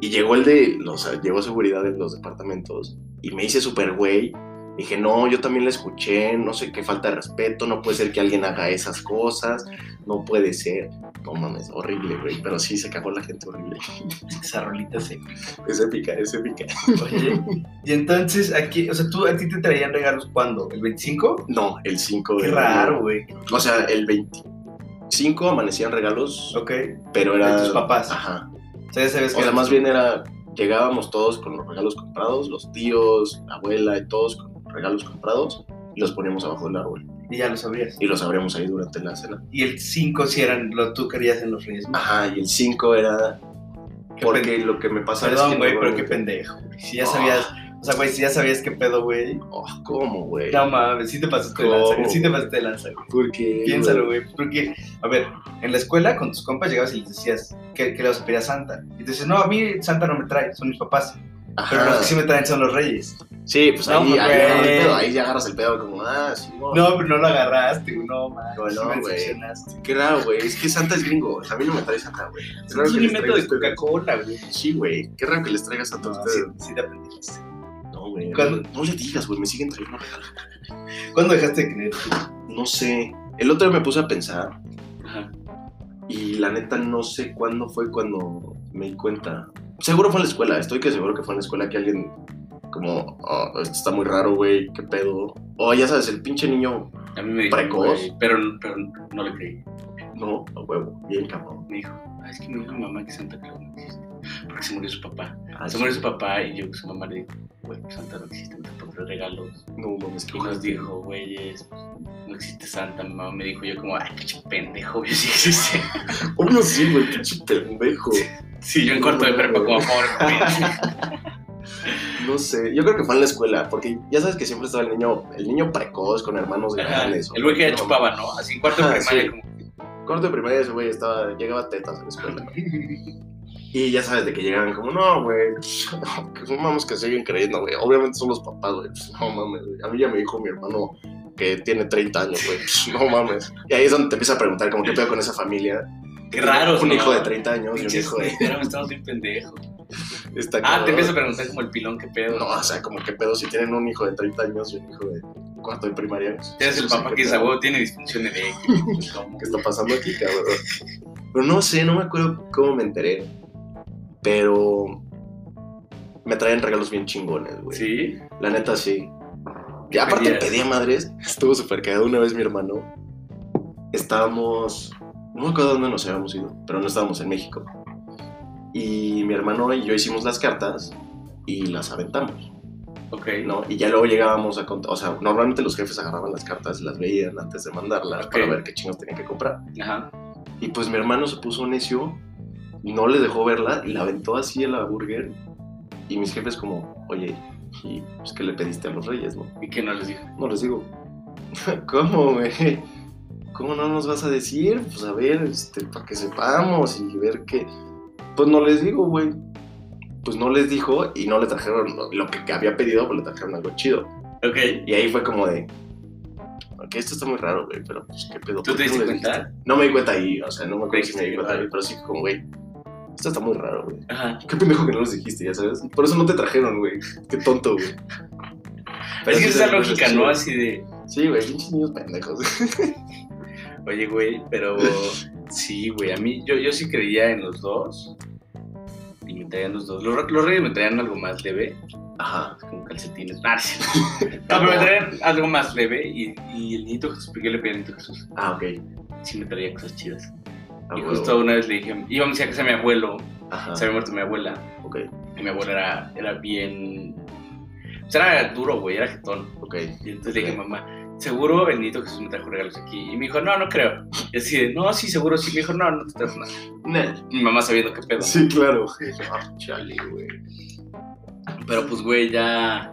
Speaker 2: Y llegó el de, o sea, llegó seguridad de los departamentos y me hice súper güey. Dije, no, yo también la escuché, no sé qué falta de respeto, no puede ser que alguien haga esas cosas, no puede ser. No mames, horrible, güey, pero sí se cagó la gente horrible.
Speaker 5: Esa rolita se
Speaker 2: Es épica, es épica.
Speaker 5: Oye, y entonces aquí, o sea, tú a ti te traían regalos cuándo? ¿El 25?
Speaker 2: No, el 5 de
Speaker 5: Qué
Speaker 2: enero.
Speaker 5: raro, güey.
Speaker 2: O sea, el 25 amanecían regalos,
Speaker 5: Ok.
Speaker 2: pero era...
Speaker 5: de tus papás.
Speaker 2: Ajá.
Speaker 5: O sea, ya sabes
Speaker 2: O
Speaker 5: que
Speaker 2: sea, más bien era... Llegábamos todos con los regalos comprados, los tíos, la abuela y todos con regalos comprados y los poníamos abajo del árbol
Speaker 5: y ya lo sabías.
Speaker 2: y los abríamos ahí durante la cena.
Speaker 5: Y el 5 si eran lo tú querías en los Reyes Magos.
Speaker 2: Ajá, y el 5 era...
Speaker 5: Qué
Speaker 2: Porque
Speaker 5: pendejo.
Speaker 2: lo que me pasa es
Speaker 5: Perdón,
Speaker 2: que
Speaker 5: güey, pero qué
Speaker 2: normalmente-
Speaker 5: pendejo. Si ya sabías,
Speaker 2: Ah,
Speaker 5: O sea, güey, si ya sabías qué pedo, güey.
Speaker 2: Oh, ¿Cómo, güey?
Speaker 5: No mames, sí te pasaste de lanza, güey. Sí te pasaste de lanza, güey.
Speaker 2: ¿Por qué?
Speaker 5: Piénsalo, güey. Porque, a ver, en la escuela con tus compas llegabas y les decías que, que los pedía Santa. Y te dices, no, a mí Santa no me trae, son mis papás.
Speaker 2: Ajá.
Speaker 5: Pero los que sí me traen son los reyes.
Speaker 2: Sí, pues
Speaker 5: No,
Speaker 2: ahí,
Speaker 5: güey.
Speaker 2: ahí, agarras el pedo, ahí ya agarras el pedo como, ah, sí,
Speaker 5: No, pero no lo agarraste, güey, no, man.
Speaker 2: No, no,
Speaker 5: sí me
Speaker 2: güey.
Speaker 5: decepcionaste.
Speaker 2: Qué raro, güey. Es que Santa es gringo. A mí no me trae Santa, güey. Es raro
Speaker 5: Es
Speaker 2: que
Speaker 5: un
Speaker 2: les
Speaker 5: invento
Speaker 1: este
Speaker 2: traiga
Speaker 5: de Coca-Cola,
Speaker 1: Ah,
Speaker 5: güey.
Speaker 2: Sí, güey. Qué raro que les traigas Santa a
Speaker 5: No, sí,
Speaker 2: ustedes.
Speaker 5: sí te aprendiste.
Speaker 2: No, güey.
Speaker 5: ¿Cuándo?
Speaker 2: No le digas, güey. Me siguen trayendo regalos.
Speaker 5: ¿Cuándo dejaste de creer?
Speaker 2: No sé. El otro día me puse a pensar
Speaker 1: Ajá.
Speaker 2: y la neta no sé cuándo fue cuando me di cuenta. Seguro fue en la escuela. Estoy que seguro que fue en la escuela que alguien como, "Oh, esto está muy raro, güey. Qué pedo. O ya sabes, el pinche niño,
Speaker 1: A mí me dijo,
Speaker 2: Precoz.
Speaker 1: güey, pero, pero no le creí.
Speaker 2: no, a huevo. Bien, cabrón.
Speaker 1: Me dijo, "Ah, es que me dijo mi mamá que Santa Claus no existe. Porque se murió su papá.
Speaker 2: Ah,
Speaker 1: Se murió su papá y yo, su mamá le dijo, güey, pues Santa no existe, no te puedo traer regalos.
Speaker 2: No, mames,
Speaker 1: Y
Speaker 2: qué
Speaker 1: nos
Speaker 2: ojete.
Speaker 1: dijo, güeyes, pues, no existe Santa. Mi mamá me dijo, yo como, ay, pinche pendejo, yo sí existe.
Speaker 2: Obvio sí, güey, pinche pendejo.
Speaker 1: Sí, yo en cuarto de prepa como, por favor,
Speaker 2: No sé, yo creo que fue en la escuela, porque ya sabes que siempre estaba el niño, el niño precoz con hermanos grandes.
Speaker 1: El güey que ya
Speaker 2: No,
Speaker 1: chupaba, ¿no? Así en
Speaker 5: Ah,
Speaker 1: cuarto de
Speaker 2: Ajá,
Speaker 1: primaria
Speaker 2: sí.
Speaker 1: como...
Speaker 2: Corto de primaria ese güey estaba, llegaba tetas a la escuela. Y ya sabes de que llegaban como, no, güey, pues, no, que son mames que siguen creyendo, güey. Obviamente son los papás, güey. Pues, No mames, güey. A mí ya me dijo mi hermano que tiene 30 años, güey. Pues, No mames. Y ahí es donde te empieza a preguntar como, ¿qué pedo con esa familia?
Speaker 1: Qué raros,
Speaker 2: Un
Speaker 1: ¿no?
Speaker 2: hijo de 30 años y un
Speaker 1: Pinches,
Speaker 2: hijo de...
Speaker 1: pero estamos bien pendejos.
Speaker 2: Está
Speaker 1: Ah, te
Speaker 2: cabrón.
Speaker 1: empiezas a preguntar como el pilón, qué pedo.
Speaker 2: No, o sea, como que pedo si tienen un hijo de 30 años y un hijo de cuarto de primaria.
Speaker 1: Tienes el
Speaker 2: No sé
Speaker 1: papá
Speaker 2: qué
Speaker 1: que dice,
Speaker 2: pedo,
Speaker 1: huevo, tiene disfunción eréctil. pues, ¿cómo?
Speaker 2: ¿Qué está pasando aquí, cabrón? Pero no sé, no me acuerdo cómo me enteré. Pero me traen regalos bien chingones, güey.
Speaker 1: Sí.
Speaker 2: La neta, sí. Y aparte
Speaker 1: Pedías.
Speaker 2: pedía madres. Estuvo súper cagado una vez mi hermano. Estábamos... No me acuerdo dónde nos habíamos ido, pero no estábamos en México. Y mi hermano y yo hicimos las cartas y las aventamos.
Speaker 1: Ok.
Speaker 2: ¿no? Y ya luego llegábamos a contar, o sea, normalmente los jefes agarraban las cartas, las veían antes de mandarlas
Speaker 1: Ok.
Speaker 2: para ver qué chingos tenían que comprar.
Speaker 1: Ajá.
Speaker 2: Y pues mi hermano se puso necio, no le dejó verla y la aventó así en la burger. Y mis jefes como, oye, ¿y pues, qué le pediste a los reyes, no?
Speaker 1: ¿Y qué no les dijo?
Speaker 2: No les digo. ¿Cómo, güey? ¿Cómo no nos vas a decir? Pues a ver, este, para que sepamos y ver qué. Pues no les digo, güey. Pues no les dijo y no le trajeron lo- lo que había pedido, pues le trajeron algo chido.
Speaker 1: Ok.
Speaker 2: Y ahí fue como de. Ok, esto está muy raro, güey, pero pues qué pedo.
Speaker 1: ¿Tú te
Speaker 2: ¿Por qué
Speaker 1: diste
Speaker 2: no le dijiste?
Speaker 1: cuenta?
Speaker 2: No me di cuenta ahí, o sea, no me acuerdo si me di
Speaker 1: Sí,
Speaker 2: cuenta
Speaker 1: claro.
Speaker 2: ahí, pero sí fue como, güey, esto está muy raro, güey.
Speaker 1: Ajá.
Speaker 2: Qué pendejo que no los dijiste, ya sabes. Por eso no te trajeron, güey. Qué tonto, güey. Pero
Speaker 1: es que
Speaker 2: sí
Speaker 1: esa
Speaker 2: te-
Speaker 1: lógica,
Speaker 2: sí,
Speaker 1: ¿no?
Speaker 2: güey.
Speaker 1: Así de,
Speaker 2: Sí, güey, pinches niños pendejos.
Speaker 1: oye, güey, pero sí, güey, a mí, yo, yo sí creía en los dos. Y me traían los dos. Los, re- los reyes me traían algo más leve,
Speaker 2: Ajá.
Speaker 1: como calcetines. Ah, sí. No, pero me traían algo más leve. Y, y el niñito Jesús, porque yo le pedí al niñito Jesús,
Speaker 2: Ah, ok.
Speaker 1: sí me traía cosas chidas.
Speaker 2: Ah,
Speaker 1: y
Speaker 2: huevo. Ah.
Speaker 1: justo una vez le dije, íbamos a casa de mi abuelo,
Speaker 2: Ajá.
Speaker 1: se había muerto mi abuela.
Speaker 2: Ok,
Speaker 1: Y mi abuelo era, era bien. O sea, era duro, güey, era jetón.
Speaker 2: ok.
Speaker 1: Y entonces le dije, mamá, seguro el niñito Jesús me trajo regalos aquí. Y me dijo, no, no creo. Y así de, no, sí, seguro sí. Me dijo, no, no te trajo nada.
Speaker 2: Nel.
Speaker 1: Mi mamá sabiendo qué pedo.
Speaker 2: Sí, claro. Ah, chale, güey.
Speaker 1: Pero pues, güey, ya.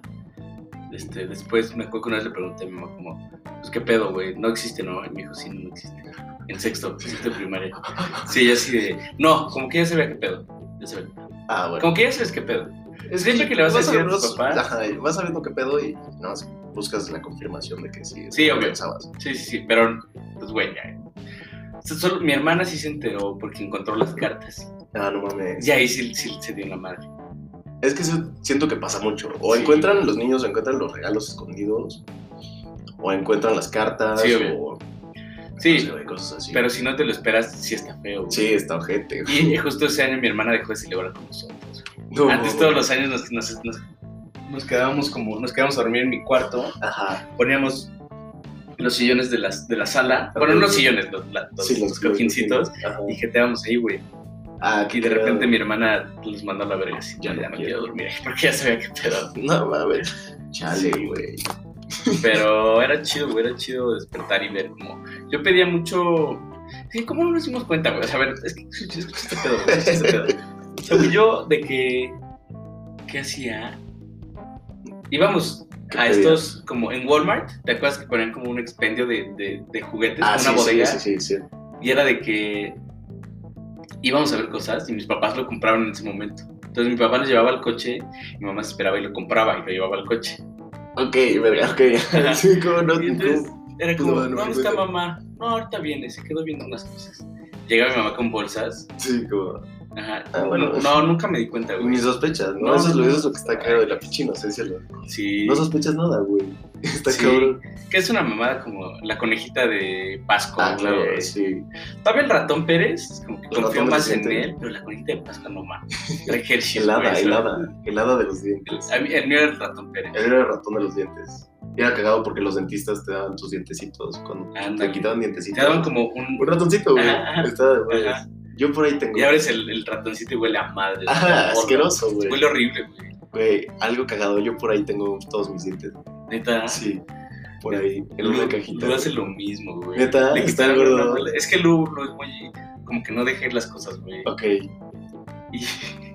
Speaker 1: Este, después me acuerdo que una vez le pregunté a mi mamá, como, pues qué pedo, güey, no existe, ¿no? Y me dijo, sí, no, no existe. En sexto, sexto de primaria. Sí, ya así de, no, como que ya sabía qué pedo. Ya sabía.
Speaker 2: Ah, bueno.
Speaker 1: Como que ya sabes qué pedo. Siempre que le vas a decir a tus
Speaker 2: los-
Speaker 1: papás.
Speaker 2: Ajá, y vas sabiendo qué pedo y no, buscas la confirmación de que sí. es
Speaker 1: Sí,
Speaker 2: lo que
Speaker 1: obvio.
Speaker 2: pensabas.
Speaker 1: Sí, sí, sí, pero, pues, güey, ya. O sea, solo- mi hermana sí se enteró porque encontró las cartas.
Speaker 2: Ah, no mames.
Speaker 1: Y ahí sí, sí se dio la madre.
Speaker 2: Es que eso siento que pasa mucho. O
Speaker 1: Sí.
Speaker 2: encuentran los niños, o encuentran los regalos escondidos, o encuentran las cartas,
Speaker 1: Sí, obvio.
Speaker 2: o
Speaker 1: Sí,
Speaker 2: no sé, güey, cosas así.
Speaker 1: pero si no te lo esperas, sí está feo. güey.
Speaker 2: Sí, está ojete. güey.
Speaker 1: Y, y justo ese año mi hermana dejó de celebrar con nosotros.
Speaker 2: No,
Speaker 1: Antes todos los años nos, nos- nos-
Speaker 5: Nos quedábamos como, nos quedábamos a dormir en mi cuarto.
Speaker 2: Ajá.
Speaker 1: poníamos los sillones de, las, de la sala. Bueno, no los sillones, los, la- los-
Speaker 2: Sí,
Speaker 1: los cojincitos.
Speaker 2: Ajá.
Speaker 1: Y jeteábamos ahí, güey.
Speaker 2: Ah,
Speaker 1: Y
Speaker 2: qué
Speaker 1: de
Speaker 2: cagado.
Speaker 1: repente mi hermana los mandó a la verga. Así,
Speaker 2: Ya
Speaker 1: ya,
Speaker 2: no
Speaker 1: ya no
Speaker 2: quiero.
Speaker 1: quiero dormir ahí, porque ya sabía que pedo.
Speaker 2: No mames. Chale, güey.
Speaker 1: Pero era chido, güey, era chido despertar y ver como... Yo pedía mucho... Sí, ¿cómo no nos dimos cuenta, güey? O sea, a ver, es que escucha este pedo, güey, escucha este pedo. Según yo, de que... ¿Qué hacía? íbamos
Speaker 2: ¿Qué
Speaker 1: a
Speaker 2: te
Speaker 1: estos, como en Walmart, ¿te acuerdas que ponían como un expendio de, de- de juguetes,
Speaker 2: Ah,
Speaker 1: una
Speaker 2: sí,
Speaker 1: bodega?
Speaker 2: sí, sí, sí, sí.
Speaker 1: Y era de que íbamos a ver cosas y mis papás lo compraron en ese momento. Entonces mi papá nos llevaba al coche, mi mamá se esperaba y lo compraba y lo llevaba al coche.
Speaker 2: Ok, verga, ok. sí, como no.
Speaker 1: Y entonces era
Speaker 2: pues,
Speaker 1: como,
Speaker 2: bueno,
Speaker 1: ¿dónde
Speaker 2: pues,
Speaker 1: está
Speaker 2: bueno".
Speaker 1: mamá? No, ahorita viene, se quedó viendo unas cosas. Llega mi mamá con bolsas.
Speaker 2: Sí, como.
Speaker 1: Ajá.
Speaker 2: Ah, bueno.
Speaker 1: no, no, nunca me di cuenta, güey.
Speaker 2: Ni sospechas, ¿no?
Speaker 1: No,
Speaker 2: eso, es lo,
Speaker 1: no.
Speaker 2: eso es lo que está cagado de la pinche inocencia. lo-
Speaker 1: Sí.
Speaker 2: No sospechas nada, güey. Está
Speaker 1: Sí.
Speaker 2: cabrón.
Speaker 1: Que es una mamada como la conejita de Pascua.
Speaker 2: Ah, claro,
Speaker 1: güey.
Speaker 2: sí.
Speaker 1: Todavía el ratón Pérez, como que
Speaker 2: El
Speaker 1: confío
Speaker 2: ratón
Speaker 1: más
Speaker 2: se
Speaker 1: en
Speaker 2: siente-
Speaker 1: él, pero la conejita de Pascua no más. Era Hershey's, güey,
Speaker 2: Helada,
Speaker 1: eso.
Speaker 2: helada. Eh, Helada de los dientes.
Speaker 1: El- a mí- el mío era el ratón Pérez.
Speaker 2: Él era el ratón de los dientes. Y era cagado porque los dentistas te daban tus dientecitos. Cuando
Speaker 1: Ándale.
Speaker 2: te quitaban
Speaker 1: Te
Speaker 2: dientecitos.
Speaker 1: daban como un.
Speaker 2: Un ratoncito, güey.
Speaker 1: Ajá.
Speaker 2: Está de güey.
Speaker 1: Ajá.
Speaker 2: Yo por ahí tengo.
Speaker 1: Y abres el, el ratoncito y huele a madre.
Speaker 2: Ajá,
Speaker 1: Gordo.
Speaker 2: Ah, asqueroso, güey.
Speaker 1: Huele horrible, güey.
Speaker 2: Güey, algo cagado. Yo por ahí tengo todos mis dientes.
Speaker 1: Neta.
Speaker 2: Sí. Por ahí. En
Speaker 1: Lu-
Speaker 2: una cajita.
Speaker 1: Lu hace Ah. lo mismo, güey.
Speaker 2: Neta,
Speaker 1: Le
Speaker 2: está
Speaker 1: quitaron
Speaker 2: gordo.
Speaker 1: una muela. Es que Lu, Lu es muy. Como que no deja ir las cosas, güey.
Speaker 2: Ok.
Speaker 1: Y,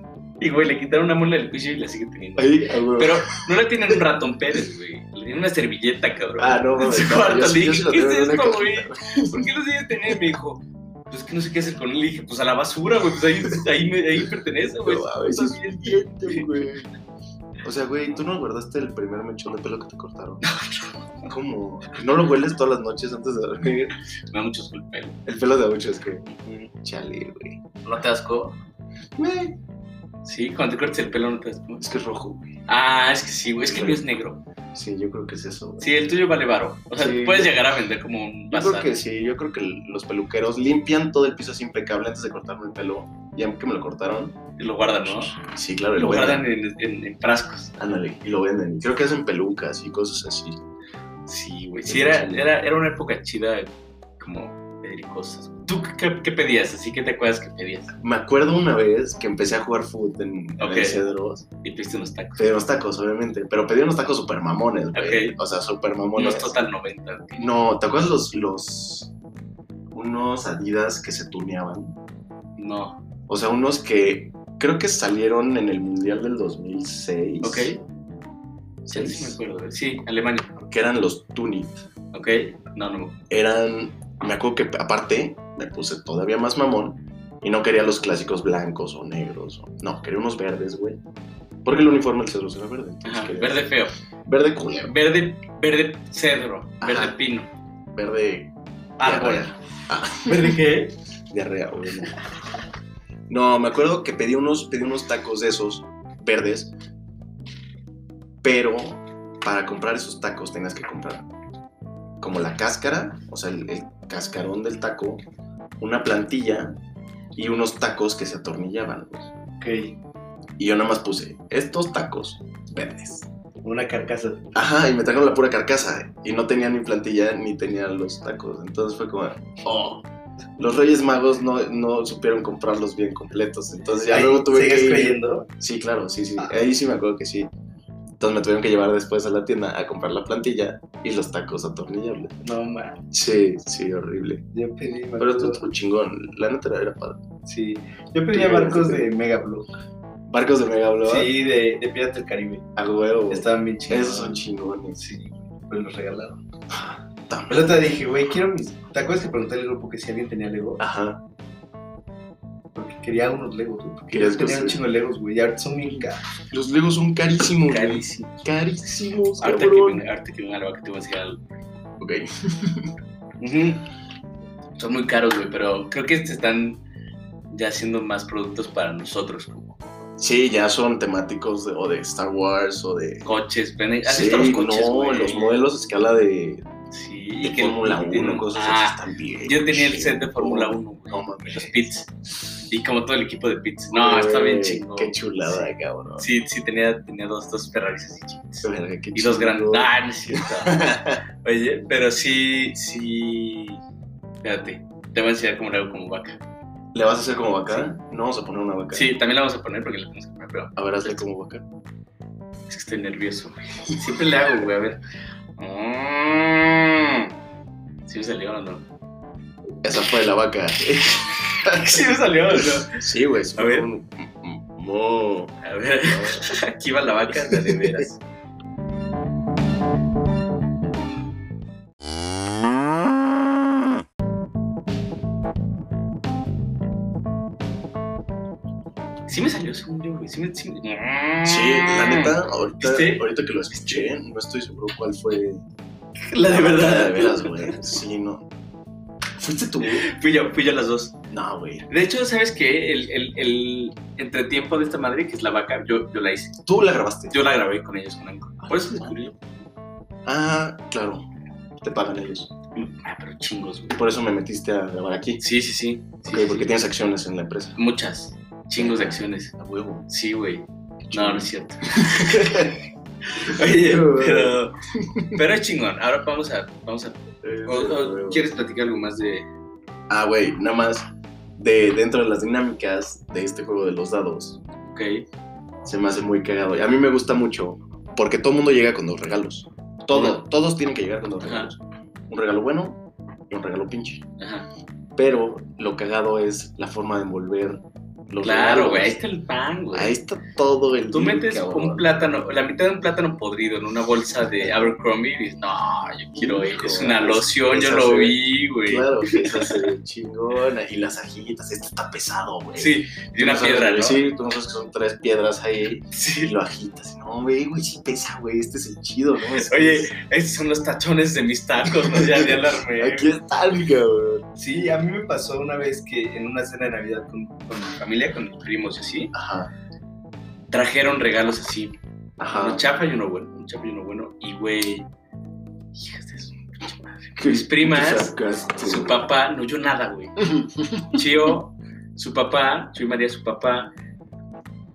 Speaker 1: y, güey, le quitaron una muela del cuello y la sigue teniendo.
Speaker 2: Ahí, ah, güey.
Speaker 1: Pero no le tienen un ratón Pérez, güey. Le tienen una servilleta, cabrón.
Speaker 2: Ah, no,
Speaker 1: En
Speaker 2: mames,
Speaker 1: su
Speaker 2: no,
Speaker 1: cuarto
Speaker 2: yo
Speaker 1: le
Speaker 2: sí- yo sí
Speaker 1: dije,
Speaker 2: lo
Speaker 1: ¿qué
Speaker 2: tengo
Speaker 1: es
Speaker 2: en una
Speaker 1: esto, güey?
Speaker 2: cajita.
Speaker 1: ¿Por qué lo sigues teniendo? Y me dijo, pues que no sé qué hacer con él. Le dije, pues a la basura, güey. Pues ahí, ahí, me- ahí pertenece, güey.
Speaker 2: No, a veces-
Speaker 1: También.
Speaker 2: Diente, güey. O sea, güey, ¿tú no guardaste el primer mechón de pelo que te cortaron? ¿Cómo? ¿No lo hueles todas las noches antes de dormir?
Speaker 1: Me da mucho asco el pelo.
Speaker 2: El pelo de mucho es que... Chale, güey.
Speaker 1: ¿No te asco?
Speaker 2: Güey,
Speaker 1: Sí, cuando te cortes el pelo no te asco.
Speaker 2: Es que es rojo, güey.
Speaker 1: Ah, es que sí, güey. Es que el mío es negro.
Speaker 2: Sí, yo creo que es eso, güey.
Speaker 1: Sí, el tuyo vale varo. O sea,
Speaker 2: Sí.
Speaker 1: puedes llegar a vender como un
Speaker 2: Yo
Speaker 1: bazar.
Speaker 2: creo que sí, yo creo que los peluqueros limpian todo el piso así impecable antes de cortarme el pelo. Y aunque me lo cortaron,
Speaker 1: Y lo guardan, ¿no?
Speaker 2: sí, claro, y
Speaker 1: Lo
Speaker 2: lo
Speaker 1: guardan
Speaker 2: venden.
Speaker 1: en, en- en frascos.
Speaker 2: Ándale, y lo venden. Y Creo que hacen pelucas y cosas así.
Speaker 1: Sí, güey. Sí, era, era, era una época chida como pedir cosas. ¿Tú qué, qué pedías? Así que te acuerdas que pedías.
Speaker 2: Me acuerdo una vez que empecé a jugar fútbol en, en
Speaker 1: Ok.
Speaker 2: el Cedros.
Speaker 1: Y pediste unos tacos.
Speaker 2: Pedí unos tacos, obviamente, pero pedí unos tacos super mamones, güey.
Speaker 1: Ok.
Speaker 2: O sea, super mamones.
Speaker 1: Unos total 90. ok.
Speaker 2: No, ¿te acuerdas los, los. unos Adidas que se tuneaban?
Speaker 1: No.
Speaker 2: O sea, unos que creo que salieron en el Mundial del 2006.
Speaker 1: Ok. Sí, sí me acuerdo. Sí, Alemania.
Speaker 2: Que eran los Tunit.
Speaker 1: Ok. No, no. me acuerdo.
Speaker 2: Eran. Me acuerdo que aparte me puse todavía más mamón y no quería los clásicos blancos o negros. o- no, quería unos verdes, güey. Porque el uniforme del Cedros era verde. entonces
Speaker 1: Ajá,
Speaker 2: quería-
Speaker 1: verde feo.
Speaker 2: Verde culero.
Speaker 1: Verde, verde cedro. Verde
Speaker 2: Ajá.
Speaker 1: pino.
Speaker 2: Verde.
Speaker 1: Árbol.
Speaker 2: diarrea.
Speaker 1: ¿Verde qué?
Speaker 2: Diarrea, obviamente. No, me acuerdo que pedí unos, pedí unos tacos de esos, verdes, pero para comprar esos tacos tenías que comprar como la cáscara, o sea, el, el cascarón del taco, una plantilla y unos tacos que se atornillaban. güey.
Speaker 5: Ok,
Speaker 2: Y yo nada más puse estos tacos verdes.
Speaker 5: una carcasa.
Speaker 2: Ajá, y me trajeron la pura carcasa. Y no tenía ni plantilla ni tenía los tacos. Entonces fue como, oh. Los Reyes Magos no, no supieron comprarlos bien completos. Entonces ya
Speaker 5: Ahí,
Speaker 2: luego tuve
Speaker 5: ¿Sigues
Speaker 2: que. ir-
Speaker 5: creyendo?
Speaker 2: Sí, claro, sí, sí.
Speaker 5: Ah.
Speaker 2: Ahí sí me acuerdo que sí. Entonces me tuvieron que llevar después a la tienda a comprar la plantilla y los tacos atornillables.
Speaker 5: No, man.
Speaker 2: Sí, sí, horrible.
Speaker 5: Yo pedí. me
Speaker 2: Pero
Speaker 5: acuerdo.
Speaker 2: esto estuvo chingón. La neta era- era padre.
Speaker 5: Sí. Yo pedía barcos de Mega Blue.
Speaker 2: Barcos de Mega Blood.
Speaker 5: Sí, de, de Piratas del Caribe.
Speaker 2: A huevo.
Speaker 5: Estaban bien chidos.
Speaker 2: Esos son chingones.
Speaker 5: Sí, pues los regalaron.
Speaker 1: Ah,
Speaker 2: Tam-
Speaker 5: Pero te dije, güey, quiero mis. ¿Te acuerdas que pregunté al grupo que si alguien tenía Lego?
Speaker 2: Ajá.
Speaker 5: Porque quería unos Legos, güey. Porque
Speaker 2: Querías
Speaker 5: yo tenía un
Speaker 2: construir.
Speaker 5: chingo de Legos, güey. Y ahorita son bien caros.
Speaker 2: Los Legos son carísimos. güey.
Speaker 1: Carísimo.
Speaker 2: Carísimos,
Speaker 1: Ahorita que,
Speaker 2: cabrón.
Speaker 1: venga, ahorita que venga la vaca te voy a decir algo.
Speaker 2: Ok.
Speaker 1: Ujú. Son muy caros, güey, pero creo que se están ya haciendo más productos para nosotros, como
Speaker 2: Sí, ya son temáticos de, o de Star Wars o de.
Speaker 1: coches. venden- ¿Has
Speaker 2: Sí,
Speaker 1: visto los coches,
Speaker 2: no,
Speaker 1: güey?
Speaker 2: los modelos a escala de,
Speaker 1: Sí,
Speaker 2: de
Speaker 1: y que-
Speaker 2: Fórmula 1, cosas así
Speaker 1: Ah,
Speaker 2: están bien.
Speaker 1: Yo tenía el set de
Speaker 2: chingón.
Speaker 1: Fórmula 1, güey.
Speaker 2: No mames.
Speaker 1: Los pits. Y como todo el equipo de pits. No, está bien chingón.
Speaker 2: Qué chulada, cabrón.
Speaker 1: Sí, sí, tenía, tenía dos, dos Ferraris así chiquitos.
Speaker 2: Verga, qué
Speaker 1: Y dos grandes.
Speaker 2: chingón.
Speaker 1: Ah, no es cierto. Oye, pero sí, sí. Espérate, te voy a enseñar cómo le hago como vaca.
Speaker 2: ¿Le vas a hacer como vaca? No vamos a poner una vaca.
Speaker 1: Sí, también la vamos a poner porque la tenemos que poner, pero
Speaker 2: A ver, hazle como vaca.
Speaker 1: es que estoy nervioso, güey. Siempre le hago, güey, a ver. Mm. ¿Sí me salió o no?
Speaker 2: Esa fue la vaca.
Speaker 1: ¿Sí me salió o no?
Speaker 2: sí, güey.
Speaker 1: A ver.
Speaker 2: Mo.
Speaker 1: A ver, aquí va la vaca, la de veras. Sí me salió, según yo, güey. Sí, me, sí, me-
Speaker 2: Sí, la neta, ahorita,
Speaker 1: ¿Viste?
Speaker 2: ahorita que lo escuché, no estoy seguro cuál fue.
Speaker 1: La de
Speaker 2: La
Speaker 1: verdad.
Speaker 2: de veras, güey. Sí, no. ¿Fuiste tú?
Speaker 1: Fui yo, fui yo las dos.
Speaker 2: No, güey.
Speaker 1: De hecho, ¿sabes qué? El, el, el entretiempo de esta madre, que es la vaca, yo, yo la hice.
Speaker 2: Tú la grabaste.
Speaker 1: Yo la grabé con ellos, con Anco. Por eso descubrí.
Speaker 2: Ah, claro. Te pagan ellos.
Speaker 1: Ah, pero chingos, güey.
Speaker 2: Por eso me metiste a grabar aquí.
Speaker 1: Sí, sí, sí. Sí,
Speaker 2: Ok,
Speaker 1: sí,
Speaker 2: porque
Speaker 1: sí.
Speaker 2: tienes acciones en la empresa.
Speaker 1: Muchas. Chingos de acciones.
Speaker 2: A huevo.
Speaker 1: Sí, güey. No, no es cierto. Oye, pero, pero es chingón. Ahora vamos a... Vamos a o- o, ¿Quieres platicar algo más de...?
Speaker 2: Ah, güey, nada más. De dentro de las dinámicas de este juego de los dados,
Speaker 1: Ok.
Speaker 2: se me hace muy cagado. Y a mí me gusta mucho porque todo el mundo llega con dos regalos. Todo,
Speaker 1: Ajá.
Speaker 2: todos tienen que llegar con dos
Speaker 1: Ajá.
Speaker 2: regalos. Un regalo bueno y un regalo pinche.
Speaker 1: Ajá.
Speaker 2: Pero lo cagado es la forma de envolver los
Speaker 1: Claro,
Speaker 2: regalos.
Speaker 1: güey. Ahí está el pan, güey.
Speaker 2: Ahí está todo el.
Speaker 1: Tú
Speaker 2: deal,
Speaker 1: metes
Speaker 2: cabrón.
Speaker 1: un plátano, la mitad de un plátano podrido en una bolsa de Abercrombie y dices, no, yo quiero
Speaker 2: Hijo,
Speaker 1: Es una loción, yo
Speaker 2: esa
Speaker 1: lo
Speaker 2: se ve-
Speaker 1: vi, güey.
Speaker 2: Claro, que esa se ve chingona. Y las ajitas, esto está pesado, güey.
Speaker 1: Sí, de una
Speaker 2: Tú sabes,
Speaker 1: piedra,
Speaker 2: güey,
Speaker 1: ¿no?
Speaker 2: Sí, tú no sabes que son tres piedras ahí y
Speaker 1: Sí.
Speaker 2: lo agitas. y No, güey, güey, sí pesa, güey, este es el chido, ¿no? Es-
Speaker 1: Oye, estos son los tachones de mis tacos, ¿no? Ya, ya las armé.
Speaker 2: aquí está, cabrón.
Speaker 5: Sí, a mí me pasó una vez que en una cena de Navidad con, con mi familia, con mis primos y así,
Speaker 2: Ajá,
Speaker 1: Trajeron regalos así. Uno
Speaker 2: ajá.
Speaker 1: chafa y uno bueno, un chafa y uno bueno. Y, güey, hijas de su pinche madre. Mis primas, su papá, no, yo nada, güey. Chio, su papá, Chuy María, su papá,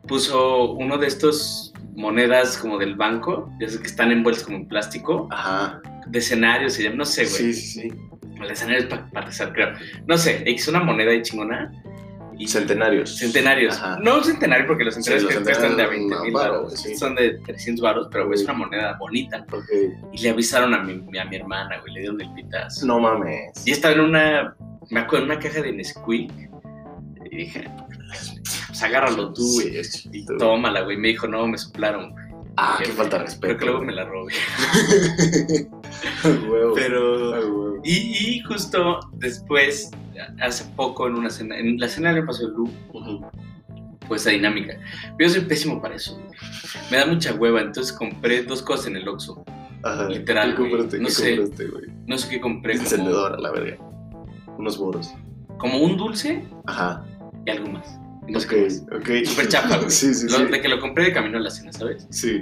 Speaker 1: puso uno de estos monedas como del banco, de esos que están envueltos como en plástico,
Speaker 2: Ajá.
Speaker 1: de escenario se llama, no sé, güey.
Speaker 2: Sí, sí, sí.
Speaker 1: El escenario es para rezar, creo. No sé, hizo una moneda de chingona. Y
Speaker 2: Centenarios.
Speaker 1: Centenarios.
Speaker 2: Ajá.
Speaker 1: No un centenario, porque los
Speaker 2: Sí,
Speaker 1: centenarios
Speaker 2: los
Speaker 1: que cuestan de a
Speaker 2: centenarios
Speaker 1: 20 mil
Speaker 2: no, varo,
Speaker 1: baros,
Speaker 2: sí.
Speaker 1: son de 300 varos, pero güey, es
Speaker 2: Sí.
Speaker 1: una moneda bonita.
Speaker 2: Ok.
Speaker 1: Y le avisaron a mi, a mi hermana, güey, le dieron el pitazo.
Speaker 2: No mames.
Speaker 1: Y estaba en una, me acuerdo, en una caja de Nesquik. Y dije, pues agárralo tú, güey.
Speaker 2: Sí, es chiquito.
Speaker 1: Tómala, güey. Me dijo, no, me soplaron. güey.
Speaker 2: Ah, qué
Speaker 1: Creo-
Speaker 2: falta de
Speaker 1: Creo
Speaker 2: respeto.
Speaker 1: que luego me la robé.
Speaker 2: Huevo.
Speaker 1: Pero...
Speaker 2: Huevo.
Speaker 1: Y, y justo después, hace poco en una cena, en la cena le pasó el Lu,
Speaker 2: Ujú.
Speaker 1: pues esa dinámica. Pero yo soy pésimo para eso, güey. Me da mucha hueva, entonces compré dos cosas en el Oxxo.
Speaker 2: Ajá.
Speaker 1: Literal,
Speaker 2: ¿Qué
Speaker 1: güey.
Speaker 2: compraste?
Speaker 1: No
Speaker 2: ¿Qué
Speaker 1: sé.
Speaker 2: compraste, güey?
Speaker 1: No sé qué compré, como,
Speaker 2: Encendedor a la verga. Unos boros.
Speaker 1: como un dulce
Speaker 2: Ajá.
Speaker 1: y algo más. Y No sé
Speaker 2: Ok,
Speaker 1: qué más.
Speaker 2: ok.
Speaker 1: Súper chafa, güey.
Speaker 2: Sí, sí,
Speaker 1: Lo-
Speaker 2: sí.
Speaker 1: De que lo compré de camino a la cena, ¿sabes?
Speaker 2: Sí,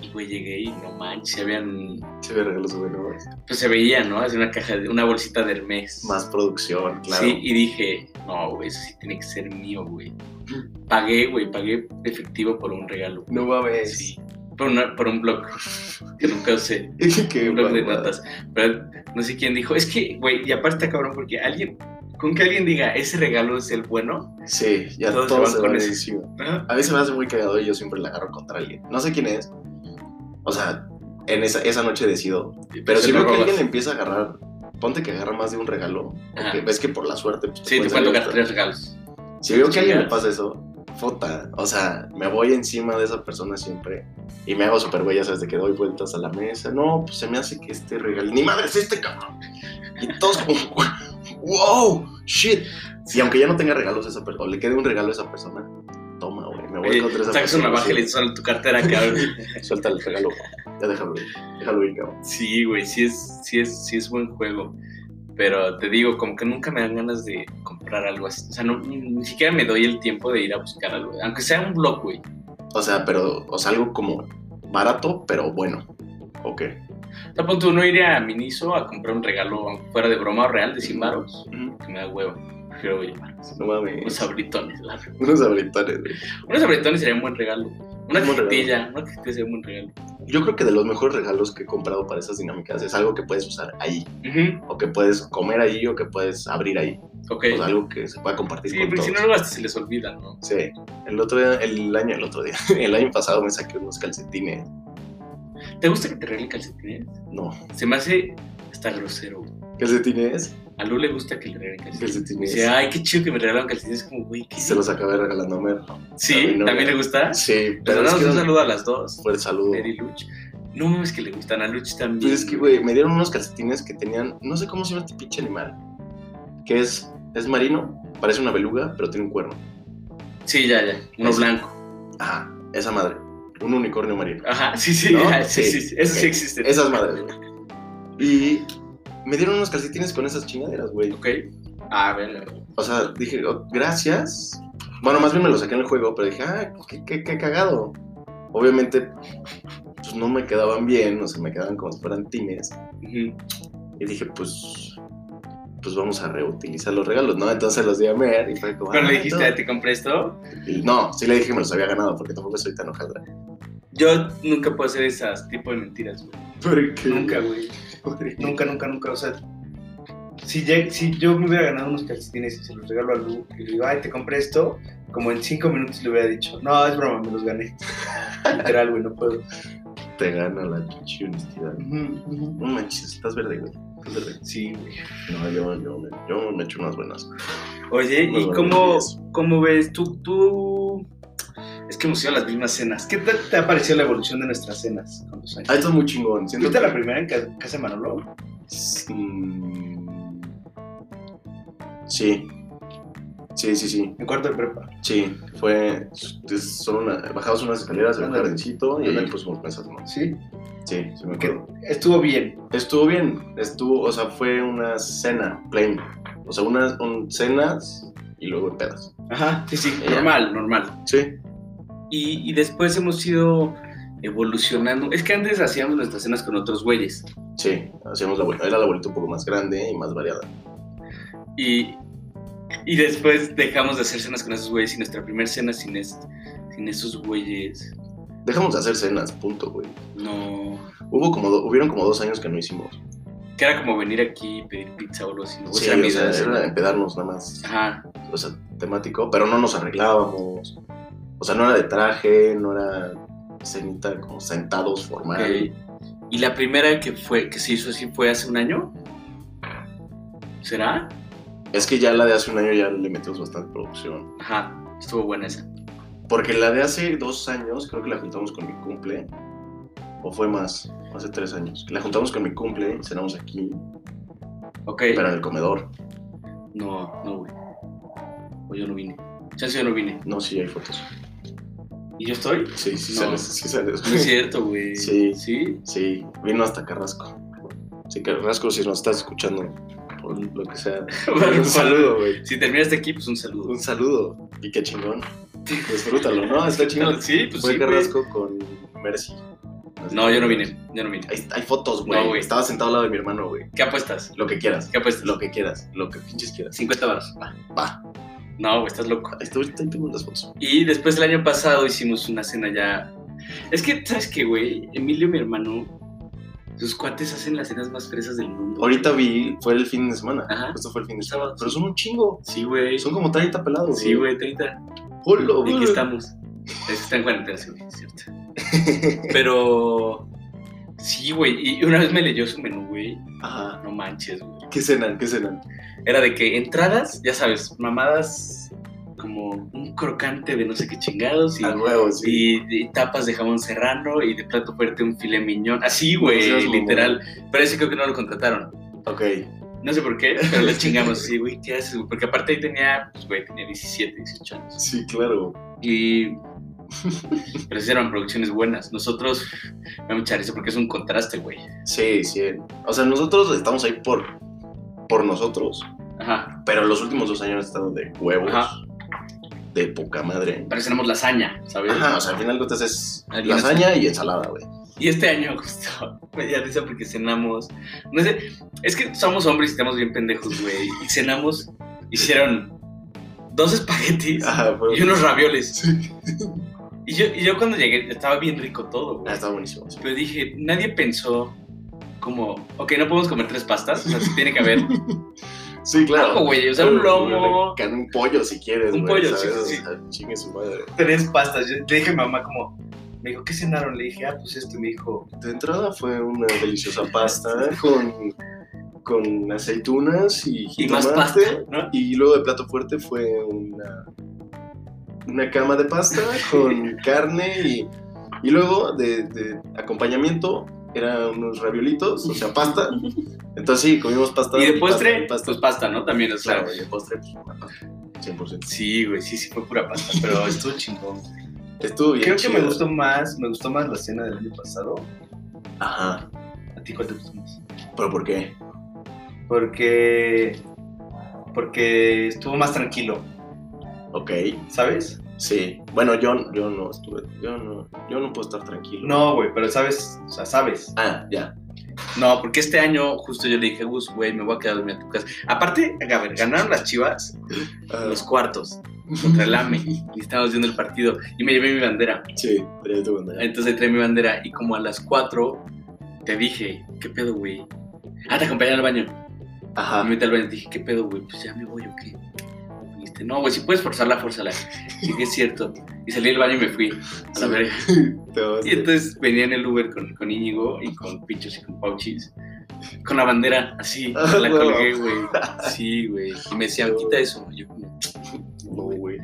Speaker 1: Y güey, llegué y no manches, habían.
Speaker 2: se ve regalos buenos.
Speaker 1: Pues se veía, ¿no? Hace una caja, de, una bolsita de Hermes.
Speaker 2: Más producción, claro.
Speaker 1: Sí, y dije, no, güey, eso sí tiene que ser mío, güey. Pagué, güey, pagué efectivo por un regalo.
Speaker 2: No mames.
Speaker 1: Sí. Por, una- por un blog que nunca usé.
Speaker 2: Qué
Speaker 1: Un blog de
Speaker 2: barbada.
Speaker 1: notas. Pero no sé quién dijo. Es que, güey, y aparte está cabrón porque alguien. Con que alguien diga, ese regalo es el bueno.
Speaker 2: Sí, ya
Speaker 1: Todos
Speaker 2: todos,
Speaker 1: se van
Speaker 2: se
Speaker 1: con
Speaker 2: van
Speaker 1: eso.
Speaker 2: encima.
Speaker 1: Ajá.
Speaker 2: A mí se me hace muy cagado y yo siempre la agarro contra alguien. No sé quién es. O sea, en esa, esa noche decido. Pero
Speaker 1: pues se
Speaker 2: si
Speaker 1: lo
Speaker 2: veo que
Speaker 1: robas.
Speaker 2: alguien empieza a agarrar, ponte que agarra más de un regalo.
Speaker 1: Ajá.
Speaker 2: Porque ves que por la suerte. pues,
Speaker 1: Sí, te pueden
Speaker 2: pueden salir
Speaker 1: tocar
Speaker 2: hasta-
Speaker 1: tres regalos.
Speaker 2: Si veo que a alguien le
Speaker 1: Chingadas.
Speaker 2: pasa eso, fota. O sea, me voy encima de esa persona siempre. Y me hago súper güey, ya sabes, de que doy vueltas a la mesa. No, pues se me hace que este regalo. ¡Ni madre es este cabrón! Y todos como, ¡Wow! ¡Shit! Y aunque ya no tenga regalos a esa persona, o le quede un regalo a esa persona, toma, güey. Me voy
Speaker 1: Oye,
Speaker 2: contra esa
Speaker 1: Sacas una
Speaker 2: persona.
Speaker 1: navaja y le dices "Sale tu cartera, cabrón.
Speaker 2: sí. Suelta el regalo, güey. Ya déjalo ir. Déjalo ir, cabrón.
Speaker 1: Sí, güey, sí es, sí es, sí es buen juego. Pero te digo, como que nunca me dan ganas de comprar algo así. O sea, no- ni, ni siquiera me doy el tiempo de ir a buscar algo. Aunque sea un blog, güey.
Speaker 2: O sea, pero, o sea, algo como barato, pero bueno. Ok.
Speaker 1: O sea, pon tú no iría a Miniso a comprar un regalo, aunque fuera de broma o real, de 100 baros.
Speaker 2: Ujú.
Speaker 1: Que me da huevo. Prefiero llevar
Speaker 2: No
Speaker 1: unos
Speaker 2: mames.
Speaker 1: abritones. la verdad.
Speaker 2: Unos abritones, güey.
Speaker 1: Unos abritones sería un buen regalo. Una
Speaker 2: Un buen regalo.
Speaker 1: cajetilla, una cajetilla sería un buen regalo.
Speaker 2: Yo creo que de los mejores regalos que he comprado para esas dinámicas es algo que puedes usar ahí,
Speaker 1: Ujú,
Speaker 2: o que puedes comer ahí, o que puedes abrir ahí.
Speaker 1: Ok.
Speaker 2: O sea, algo que se pueda compartir
Speaker 1: Sí,
Speaker 2: con
Speaker 1: porque
Speaker 2: todos.
Speaker 1: si no lo gastas se les olvida, ¿no?
Speaker 2: Sí, el otro día, el año, el otro día, el año pasado me saqué unos calcetines.
Speaker 1: ¿Te gusta que te regalen calcetines?
Speaker 2: No,
Speaker 1: Se me hace hasta grosero, güey.
Speaker 2: calcetines,
Speaker 1: A Lu le gusta que le regalen calcetines.
Speaker 2: calcetines.
Speaker 1: Dice, ay, qué chido que me regalaron calcetines. Como, güey, ¿qué
Speaker 2: Se los acabé regalando a Mer. a
Speaker 1: Sí,
Speaker 2: mi novia.
Speaker 1: también le gusta.
Speaker 2: Sí,
Speaker 1: Les
Speaker 2: pero es
Speaker 1: Pues mandamos
Speaker 2: que pues,
Speaker 1: un saludo a las dos,
Speaker 2: fue el saludo.
Speaker 1: Mer y Luch. No mames que le gustan a Luch también.
Speaker 2: Pues es que, güey, me dieron unos calcetines que tenían, no sé cómo se llama este pinche animal, que es, es marino, parece una beluga, pero tiene un cuerno.
Speaker 1: Sí, ya, ya. Uno
Speaker 2: Eso.
Speaker 1: blanco.
Speaker 2: Ajá, esa madre. Un unicornio marino.
Speaker 1: Ajá, sí, sí,
Speaker 2: ¿No?
Speaker 1: ya, sí,
Speaker 2: Sí.
Speaker 1: sí, sí. Eso sí
Speaker 2: Ok.
Speaker 1: existe.
Speaker 2: Esas madres. güey. Y me dieron unos calcetines con esas chingaderas, güey.
Speaker 1: Ok. A ver, a ver.
Speaker 2: O sea, dije, "Oh, gracias. Bueno, más bien me lo saqué en el juego, pero dije, ah, qué, qué- qué cagado. Obviamente, pues no me quedaban bien, o sea, me quedaban como si fueran tines.
Speaker 1: Ujú.
Speaker 2: Y dije, pues, pues vamos a reutilizar los regalos, ¿no? Entonces los di a Mer y fue como.
Speaker 1: Pero
Speaker 2: "Ah,
Speaker 1: le dijiste,
Speaker 2: no".
Speaker 1: ¿te compré esto?
Speaker 2: Y No, sí le dije que me los había ganado, porque tampoco soy tan ojalá.
Speaker 1: Yo nunca puedo hacer esas tipo de mentiras, güey.
Speaker 2: Porque
Speaker 1: Nunca, güey.
Speaker 5: Nunca, nunca, nunca. O sea, si, ya- si yo me hubiera ganado unos calcetines y se los regalo a Lu y le digo, ay, te compré esto, como en cinco minutos le hubiera dicho, no, es broma, me los gané. Literal, güey, no puedo.
Speaker 2: te gana la pinche honestidad.
Speaker 5: Ujú, ujú.
Speaker 2: No manches, estás verde, güey. Estás verde.
Speaker 5: Sí, güey.
Speaker 2: No, yo, yo, me- yo me echo unas buenas.
Speaker 1: Oye,
Speaker 2: Unas
Speaker 1: ¿y
Speaker 2: buenas
Speaker 1: cómo,
Speaker 2: ideas.
Speaker 1: cómo ves tú? tú... Es que hemos ido a las mismas cenas.
Speaker 5: ¿Qué tal te ha parecido la evolución de nuestras cenas con los
Speaker 2: Ah,
Speaker 5: años?
Speaker 2: esto es muy chingón. Siento
Speaker 5: ¿Fuiste
Speaker 2: que-
Speaker 5: la primera en ca- casa de Manolo?
Speaker 2: Mm. Sí. Sí, sí, sí.
Speaker 5: En cuarto de prepa.
Speaker 2: Sí. Fue. es solo una, bajamos unas escaleras de un
Speaker 5: Ándale.
Speaker 2: jardincito y ahí
Speaker 5: Ándale.
Speaker 2: pusimos mesas, ¿no?
Speaker 5: Sí.
Speaker 2: Sí, sí me
Speaker 5: ¿Qué?
Speaker 2: acuerdo.
Speaker 5: Estuvo bien.
Speaker 2: Estuvo bien. Estuvo, o sea, fue una cena, plain. O sea, unas un- cenas y luego pedas.
Speaker 1: Ajá, sí, sí.
Speaker 2: Ya.
Speaker 1: Normal, normal.
Speaker 2: Sí.
Speaker 1: Y, y después hemos ido evolucionando. Es que antes hacíamos nuestras cenas con otros güeyes.
Speaker 2: Sí. Hacíamos la vuelta. Era la vuelta un poco más grande y más variada.
Speaker 1: Y, y después dejamos de hacer cenas con esos güeyes. Y nuestra primera cena sin, es- sin esos güeyes.
Speaker 2: Dejamos de hacer cenas, punto, güey.
Speaker 1: No.
Speaker 2: Hubo como, do- hubieron como dos años que no hicimos.
Speaker 1: Que era como venir aquí y pedir pizza o algo así. ¿no? O
Speaker 2: Pues Sí,
Speaker 1: sea,
Speaker 2: o
Speaker 1: misma
Speaker 2: sea,
Speaker 1: cena.
Speaker 2: era empedarnos nada más.
Speaker 1: Ajá.
Speaker 2: o sea, temático, pero no nos arreglábamos. O sea, no era de traje, no era cenita como sentados
Speaker 1: ok.
Speaker 2: formal.
Speaker 1: Y la primera que fue que se hizo así fue hace un año. ¿Será?
Speaker 2: Es que ya la de hace un año ya le metimos bastante producción.
Speaker 1: Ajá. Estuvo buena esa.
Speaker 2: Porque la de hace dos años, creo que la juntamos con mi cumple. O fue más, hace tres años. La juntamos con mi cumple, cenamos aquí,
Speaker 1: Ok.
Speaker 2: pero en el comedor.
Speaker 1: No, no, güey. O yo no vine. Chance yo no vine.
Speaker 2: No, sí hay fotos.
Speaker 1: ¿Y yo estoy?
Speaker 2: Sí, sí
Speaker 1: No.
Speaker 2: sales, sí sales.
Speaker 1: No es cierto, güey.
Speaker 2: Sí.
Speaker 1: Sí.
Speaker 2: Sí, vino hasta Carrasco. Sí, Carrasco, si nos estás escuchando, por lo que sea. Un saludo, güey.
Speaker 1: Si terminaste aquí, pues un saludo.
Speaker 2: Un saludo. Y qué chingón. Disfrútalo, ¿no? Está chingón.
Speaker 1: Sí, pues
Speaker 2: Fue
Speaker 1: sí, güey.
Speaker 2: Carrasco con Mercy.
Speaker 1: No, yo no vine. Yo no vine.
Speaker 2: Hay, hay fotos, güey.
Speaker 1: No, güey.
Speaker 2: Estaba sentado al lado de mi hermano, güey.
Speaker 1: ¿Qué apuestas?
Speaker 2: Lo que quieras.
Speaker 1: ¿Qué apuestas?
Speaker 2: Lo que quieras. Lo que pinches quieras.
Speaker 1: 50 baros.
Speaker 2: Va.
Speaker 1: No, güey, estás loco.
Speaker 2: Ahí está, ahorita ahí tengo las fotos.
Speaker 1: Y después el año pasado hicimos una cena ya. Es que, ¿sabes qué, güey? Emilio, mi hermano, sus cuates hacen las cenas más fresas del mundo.
Speaker 2: Ahorita vi, fue el fin de semana.
Speaker 1: Ajá.
Speaker 2: Esto fue el fin de semana.
Speaker 1: Sábado.
Speaker 2: Pero son un chingo.
Speaker 1: Sí, güey.
Speaker 2: Son como 30 pelados.
Speaker 1: Sí, güey, 30.
Speaker 2: Hola,
Speaker 1: ¿Y
Speaker 2: güey.
Speaker 1: qué estamos? Es que está en cuarentena, sí, güey, es cierto. Pero. Sí, güey. Y una vez me leyó su menú, güey.
Speaker 2: Ajá.
Speaker 1: No manches, güey.
Speaker 2: ¿Qué cenan? ¿Qué cenan?
Speaker 1: Era de que entradas, ya sabes, mamadas como un crocante de no sé qué chingados y,
Speaker 2: A huevo, sí.
Speaker 1: y- y tapas de jamón serrano y de plato fuerte un filé miñón. Así, güey,
Speaker 2: seas mamón.
Speaker 1: literal. Pero ese creo que no lo contrataron.
Speaker 2: Ok.
Speaker 1: No sé por qué, pero lo chingamos así, güey, ¿qué haces? güey? Porque aparte ahí tenía, pues, güey, tenía 17, 18 años.
Speaker 2: Sí, claro.
Speaker 1: Y. Pero sí eran producciones buenas. Nosotros, me da mucha risa porque es un contraste, güey.
Speaker 2: Sí, sí. O sea, nosotros estamos ahí por, por nosotros.
Speaker 1: Ajá.
Speaker 2: Pero los últimos dos años han estado de huevos,
Speaker 1: Ajá.
Speaker 2: de poca madre.
Speaker 1: Pero tenemos lasaña, ¿sabes?
Speaker 2: Ajá, o sea, al final de cuentas es
Speaker 1: Al final
Speaker 2: lasaña y ensalada, güey.
Speaker 1: Y este año justo me dio risa porque cenamos. No sé, es que somos hombres y estamos bien pendejos, güey. Y cenamos, hicieron dos espaguetis
Speaker 2: Ajá, fue-
Speaker 1: y unos ravioles.
Speaker 2: Ah. Sí.
Speaker 1: Y yo, y yo cuando llegué estaba bien rico todo,
Speaker 2: Ah,
Speaker 1: güey.
Speaker 2: está buenísimo. sí.
Speaker 1: Pero dije, nadie pensó como, ok, no podemos comer tres pastas, o sea, sí tiene que haber
Speaker 2: Sí,
Speaker 1: algo,
Speaker 2: claro.
Speaker 1: güey. O sea, un lomo,
Speaker 2: Can- Un pollo si quieres,
Speaker 1: Un
Speaker 2: güey,
Speaker 1: pollo,
Speaker 2: ¿sabes?
Speaker 1: sí, sí,
Speaker 2: O sea, chingue su madre.
Speaker 5: Tres pastas. Yo le dije a mi mamá como, me dijo, ¿qué cenaron? Le dije, ah, pues esto. Y me dijo,
Speaker 2: De entrada fue una deliciosa pasta con, con aceitunas y
Speaker 1: y más pasta,
Speaker 2: jitomate.
Speaker 1: ¿no?
Speaker 2: Y luego de plato fuerte fue una, una cama de pasta con carne y, y luego de, de acompañamiento eran unos raviolitos, o sea, pasta. Entonces sí, comimos pasta.
Speaker 1: Y de
Speaker 2: pasta,
Speaker 1: postre,
Speaker 2: y Pues, pasta.
Speaker 1: pues pasta, ¿no? También, o sea,
Speaker 2: Claro, y de postre, pues, una pasta. 100%.
Speaker 1: Sí, güey, sí, sí fue pura pasta, pero estuvo chingón.
Speaker 2: Estuvo bien
Speaker 5: Creo que
Speaker 2: chido.
Speaker 5: me gustó más, me gustó más la cena del año pasado.
Speaker 2: Ajá.
Speaker 5: ¿A ti cuál te gustó más?
Speaker 2: ¿Pero por qué?
Speaker 5: Porque porque estuvo más tranquilo,
Speaker 2: Ok,
Speaker 5: ¿sabes?
Speaker 2: sí. Bueno, yo, yo no estuve. Yo no, yo no puedo estar tranquilo.
Speaker 5: No, güey, pero sabes, o sea, sabes.
Speaker 2: Ah, ya.
Speaker 1: No, porque este año justo yo le dije, Gus, güey, me voy a quedar a dormir a tu casa. Aparte, a ver, ganaron las chivas
Speaker 5: Ah.
Speaker 2: Ah.
Speaker 1: en los cuartos contra el AME y estábamos viendo el partido y me llevé mi bandera.
Speaker 2: Sí, pero tu bandera.
Speaker 1: Entonces traí mi bandera y como a las 4 te dije, ¿qué pedo, güey? Ah, te acompañé al baño.
Speaker 2: Ajá.
Speaker 1: Me metí al baño y te dije, ¿qué pedo, güey? Pues ya me voy, ¿o qué? Y dijiste, no, güey, si puedes forzarla, forzala. Y dije, es cierto. Y salí del baño y me fui a la
Speaker 2: Sí.
Speaker 1: verga.
Speaker 2: Te vas
Speaker 1: Y
Speaker 2: de-
Speaker 1: entonces venía en el Uber con, con Íñigo y con Pichos y con Pauchis, con la bandera así,
Speaker 2: Ah,
Speaker 1: la
Speaker 2: huevo.
Speaker 1: colgué, güey. Sí, güey. Y me decían, quita eso. Yo como,
Speaker 2: No, güey.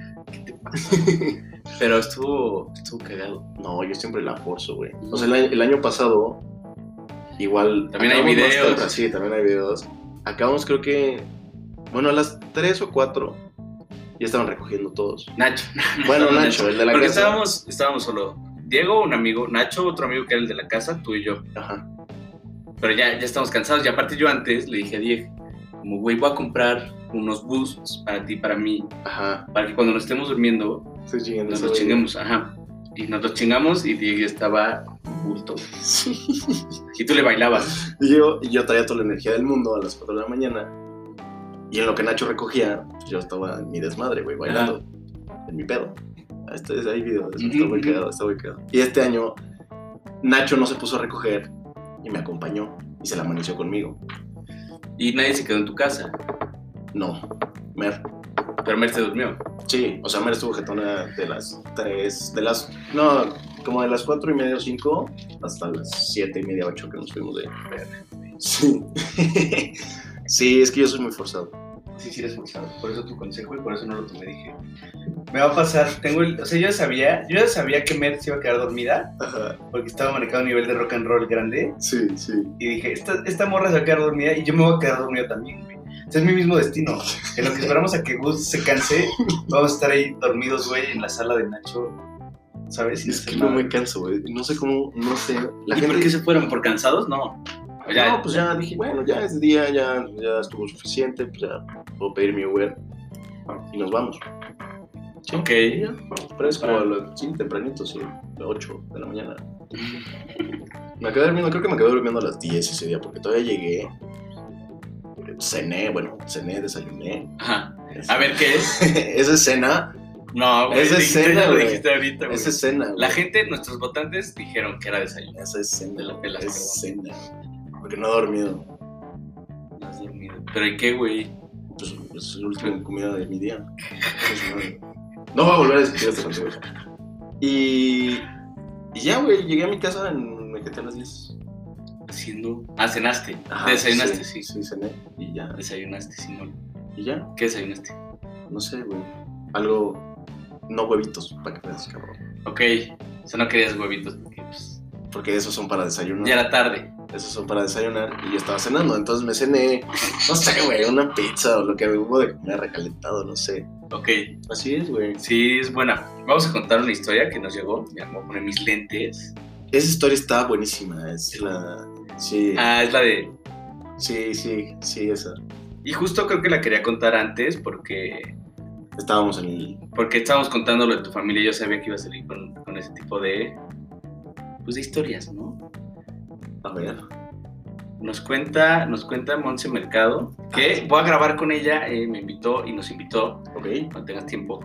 Speaker 1: pero estuvo, estuvo cagado.
Speaker 2: No, yo siempre la forzo, güey. O sea, el año, el año pasado, igual.
Speaker 1: También hay
Speaker 2: acabamos más
Speaker 1: videos.
Speaker 2: temprano. sí, también hay videos. Acabamos, creo que. Bueno, a las 3 o 4 ya estaban recogiendo todos.
Speaker 1: Nacho.
Speaker 2: Bueno, Nacho, el de la
Speaker 1: Porque
Speaker 2: casa.
Speaker 1: estábamos, estábamos solo Diego, un amigo, Nacho, otro amigo que era el de la casa, tú y yo.
Speaker 2: Ajá.
Speaker 1: Pero ya, ya estamos cansados. Y aparte yo antes le dije a Diego, como, güey, voy a comprar unos boosts para ti, para mí,
Speaker 2: Ajá.
Speaker 1: para que cuando nos estemos durmiendo
Speaker 2: Estoy chingando.
Speaker 1: Nos
Speaker 2: ese
Speaker 1: los
Speaker 2: güey.
Speaker 1: chingamos, ajá. Y nos los chingamos y Diego estaba bulto.
Speaker 2: Sí.
Speaker 1: Y tú le bailabas.
Speaker 2: Y yo, y yo traía toda la energía del mundo a las 4 de la mañana. Y en lo que Nacho recogía, pues, yo estaba en mi desmadre, güey, bailando. En mi pedo. Esto es, hay video de eso, está muy
Speaker 1: Ujú, ujú.
Speaker 2: cagado, está muy cagado. Y este año, Nacho no se puso a recoger y me acompañó y se la amaneció conmigo.
Speaker 1: Y nadie se quedó en tu casa.
Speaker 2: No, Mer.
Speaker 1: Pero Mer se durmió.
Speaker 2: Sí, o sea, Mer estuvo jetona de las 3, de las, no, como de las 4 y media o 5 hasta las 7 y media, 8 que nos fuimos de
Speaker 1: Ah,
Speaker 2: Sí. sí, es que yo soy muy forzado.
Speaker 5: Sí, sí, eres forzado. Por eso tu consejo y por eso no lo tomé. Dije, me va a pasar. Tengo el, o sea, yo ya sabía, yo ya sabía que Mer se iba a quedar dormida
Speaker 2: Ajá,
Speaker 5: porque estaba marcado un nivel de rock and roll grande.
Speaker 2: sí, sí.
Speaker 5: Y dije, esta, esta morra se va a quedar dormida y yo me voy a quedar dormido también, güey. O sea, es mi mismo destino. En lo que esperamos a que Gus se canse, vamos a estar ahí dormidos, güey, en la sala de Nacho. ¿Sabes? Sin
Speaker 2: Es
Speaker 5: hacer
Speaker 2: que no
Speaker 5: nada.
Speaker 2: me canso, güey. No sé cómo, no sé. La
Speaker 1: ¿Y por qué se fueron? ¿Por cansados? No. O ya-
Speaker 2: no, pues ya dije, bueno, ya es día, ya, ya estuvo suficiente, pues ya puedo pedir mi Uber y nos vamos.
Speaker 1: Ok.
Speaker 2: Y ya, vamos, fresco, a las- sí, tempranito, sí, a las 8 de la mañana. Me quedé durmiendo, creo que me quedé durmiendo a las 10 ese día, porque todavía llegué, cené, bueno, cené, desayuné.
Speaker 1: Ajá. A ver, ¿qué es?
Speaker 2: esa es cena,
Speaker 1: No, güey.
Speaker 2: Esa es
Speaker 1: dijiste-
Speaker 2: cena,
Speaker 1: ya lo
Speaker 2: güey.
Speaker 1: dijiste ahorita, güey.
Speaker 2: esa es cena. güey.
Speaker 1: La gente, nuestros votantes, dijeron que era desayuno.
Speaker 2: Esa es cena,
Speaker 1: De la- de las
Speaker 2: esa es cena, porque no he dormido.
Speaker 1: No has dormido. ¿Pero y qué, güey?
Speaker 2: Pues, pues, es la última comida de mi día. Pues, madre. No voy a volver a discutir este contigo. Y, y ya, güey, llegué a mi casa en me quedé a las 10.
Speaker 1: Haciendo. Ah, cenaste.
Speaker 2: Ajá,
Speaker 1: desayunaste, sí.
Speaker 2: Sí, cené. Y ya,
Speaker 1: Desayunaste, Simón.
Speaker 2: y ya,
Speaker 1: ¿Qué desayunaste?
Speaker 2: no sé, güey. Algo, no huevitos, para que veas, cabrón.
Speaker 1: Ok. O sea, no querías huevitos porque, pues,
Speaker 2: Porque esos son para desayunar.
Speaker 1: ya era tarde.
Speaker 2: Esos son para desayunar. Y yo estaba cenando, entonces me cené, no sé, güey, una pizza o lo que hubo de comer recalentado, no sé.
Speaker 1: Ok.
Speaker 2: Así es, güey.
Speaker 1: Sí, es buena. Vamos a contar una historia que nos llegó. Me voy a poner mis lentes.
Speaker 2: Esa historia está buenísima, es la... Sí,
Speaker 1: Ah, es la de.
Speaker 2: sí, sí, sí, esa.
Speaker 1: Y justo creo que la quería contar antes porque,
Speaker 2: Estábamos en el.
Speaker 1: porque estábamos contando lo de tu familia y yo sabía que iba a salir con, con ese tipo de. Pues de historias, ¿no?
Speaker 2: A ver.
Speaker 1: Nos cuenta, nos cuenta Monse Mercado, que voy a grabar con ella, eh, me invitó y nos invitó,
Speaker 2: Ok.
Speaker 1: cuando tengas tiempo,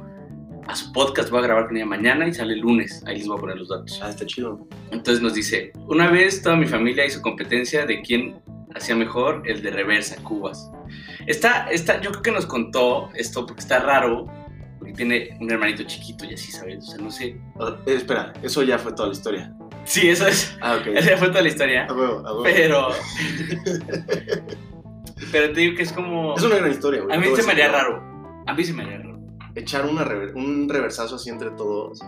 Speaker 1: a su podcast, voy a grabar con ella mañana y sale el lunes, ahí les voy a poner los datos.
Speaker 2: Ah, está chido.
Speaker 1: Entonces nos dice, una vez toda mi familia hizo competencia de quién hacía mejor el de reversa, cubas. Esta, esta, yo creo que nos contó esto porque está raro, porque tiene un hermanito chiquito y así, ¿sabes? O sea, no sé.
Speaker 2: Ah, eh, espera, eso ya fue toda la historia.
Speaker 1: Sí, eso es,
Speaker 2: Ah, ok.
Speaker 1: esa fue toda la historia,
Speaker 2: A huevo, a huevo.
Speaker 1: pero... pero te digo que es como...
Speaker 2: Es una gran historia, güey.
Speaker 1: A mí
Speaker 2: Todo
Speaker 1: se me haría
Speaker 2: ese-
Speaker 1: raro, a mí se me haría raro.
Speaker 2: Echar una rever- un reversazo así entre todos.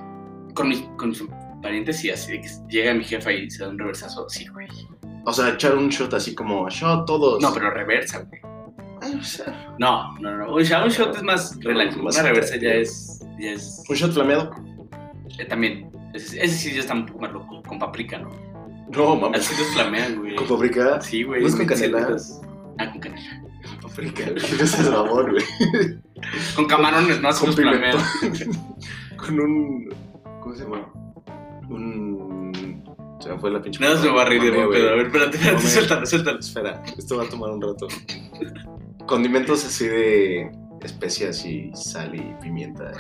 Speaker 1: Con, mi, con mis parientes y así, de que llega mi jefa y se da un reversazo, sí, güey.
Speaker 2: O sea, echar un shot así como shot todos.
Speaker 1: No, pero reversa, güey. No, no, no. Un shot, un shot es más relax.
Speaker 2: Más
Speaker 1: una reversa
Speaker 2: tranquilo.
Speaker 1: ya es. Ya es
Speaker 2: ¿Un shot flameado?
Speaker 1: eh, también. Ese, ese sí ya está un poco más loco. Con paprika, ¿no?
Speaker 2: No, mames.
Speaker 1: Así los flamean, güey.
Speaker 2: ¿Con paprika?
Speaker 1: Sí, güey.
Speaker 2: ¿No es con canela?
Speaker 1: mentiras. Ah, con canela.
Speaker 2: Con paprika, güey. Ese es el amor, güey.
Speaker 1: Con camarones, ¿no? Así
Speaker 2: Con
Speaker 1: los flamean.
Speaker 2: pimentón. Con un... ¿Cómo se llama? Un... Se me fue la pinche...
Speaker 1: Nada se me va a reír de
Speaker 2: Mame,
Speaker 1: mí,
Speaker 2: güey.
Speaker 1: pero a ver, espérate, espérate,
Speaker 2: Mame.
Speaker 1: suéltalo, suéltalo.
Speaker 2: Espera, esto va a tomar un rato. Condimentos así de especias y sal y pimienta.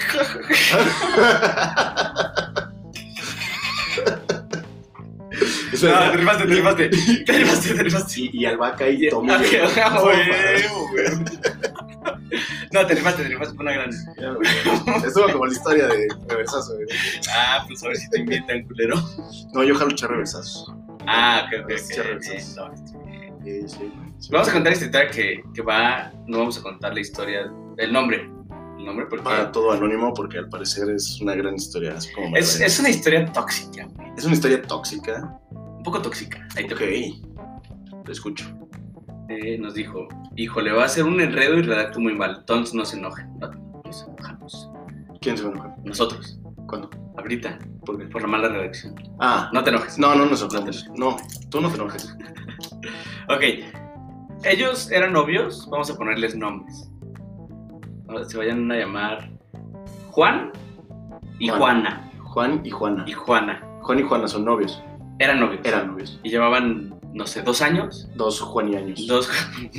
Speaker 2: Eso
Speaker 1: No, te
Speaker 2: era-
Speaker 1: rifaste, te rifaste. Te rifaste, te rifaste.
Speaker 2: y, y albahaca y tomo.
Speaker 1: Ah, qué
Speaker 2: No,
Speaker 1: huevo, güey. No, te rifaste, te rifaste. Fue una gran.
Speaker 2: mames. Estuvo como la historia de reversazo. güey.
Speaker 1: Ah, pues a ver si te invitan, culero.
Speaker 2: No, yo jalo echar reversazos.
Speaker 1: Ah, ok, ok.
Speaker 2: Sí,
Speaker 1: ok,
Speaker 2: reversas.
Speaker 1: no, está bien.
Speaker 2: Sí, sí. sí.
Speaker 1: Vamos a contar esta historia que, que va. No vamos a contar la historia. El nombre. El nombre, porque.
Speaker 2: Para todo anónimo porque al parecer es una gran historia. así como me
Speaker 1: es,
Speaker 2: la-
Speaker 1: es una historia tóxica. güey.
Speaker 2: es una historia tóxica.
Speaker 1: Un poco tóxica. Ahí te
Speaker 2: Ok. Lo escucho.
Speaker 1: Eh, nos dijo, híjole, va a ser un enredo y redacto muy mal, entonces no se enojen, no, nos enojamos.
Speaker 2: ¿Quién se va a enojar?
Speaker 1: Nosotros,
Speaker 2: ¿Cuándo?
Speaker 1: ahorita,
Speaker 2: ¿Por qué?
Speaker 1: por la mala redacción.
Speaker 2: Ah,
Speaker 1: No te enojes.
Speaker 2: No, no nos enojamos. No, tú no te enojes.
Speaker 1: Ok, ellos eran novios, vamos a ponerles nombres. Ahora Se vayan a llamar Juan y
Speaker 2: Juan.
Speaker 1: Juana.
Speaker 2: Juan y Juana.
Speaker 1: Y Juana.
Speaker 2: Juan y Juana son novios.
Speaker 1: Eran novios.
Speaker 2: Eran novios.
Speaker 1: Y llevaban, no sé, dos años.
Speaker 2: Dos Juan y años.
Speaker 1: Dos...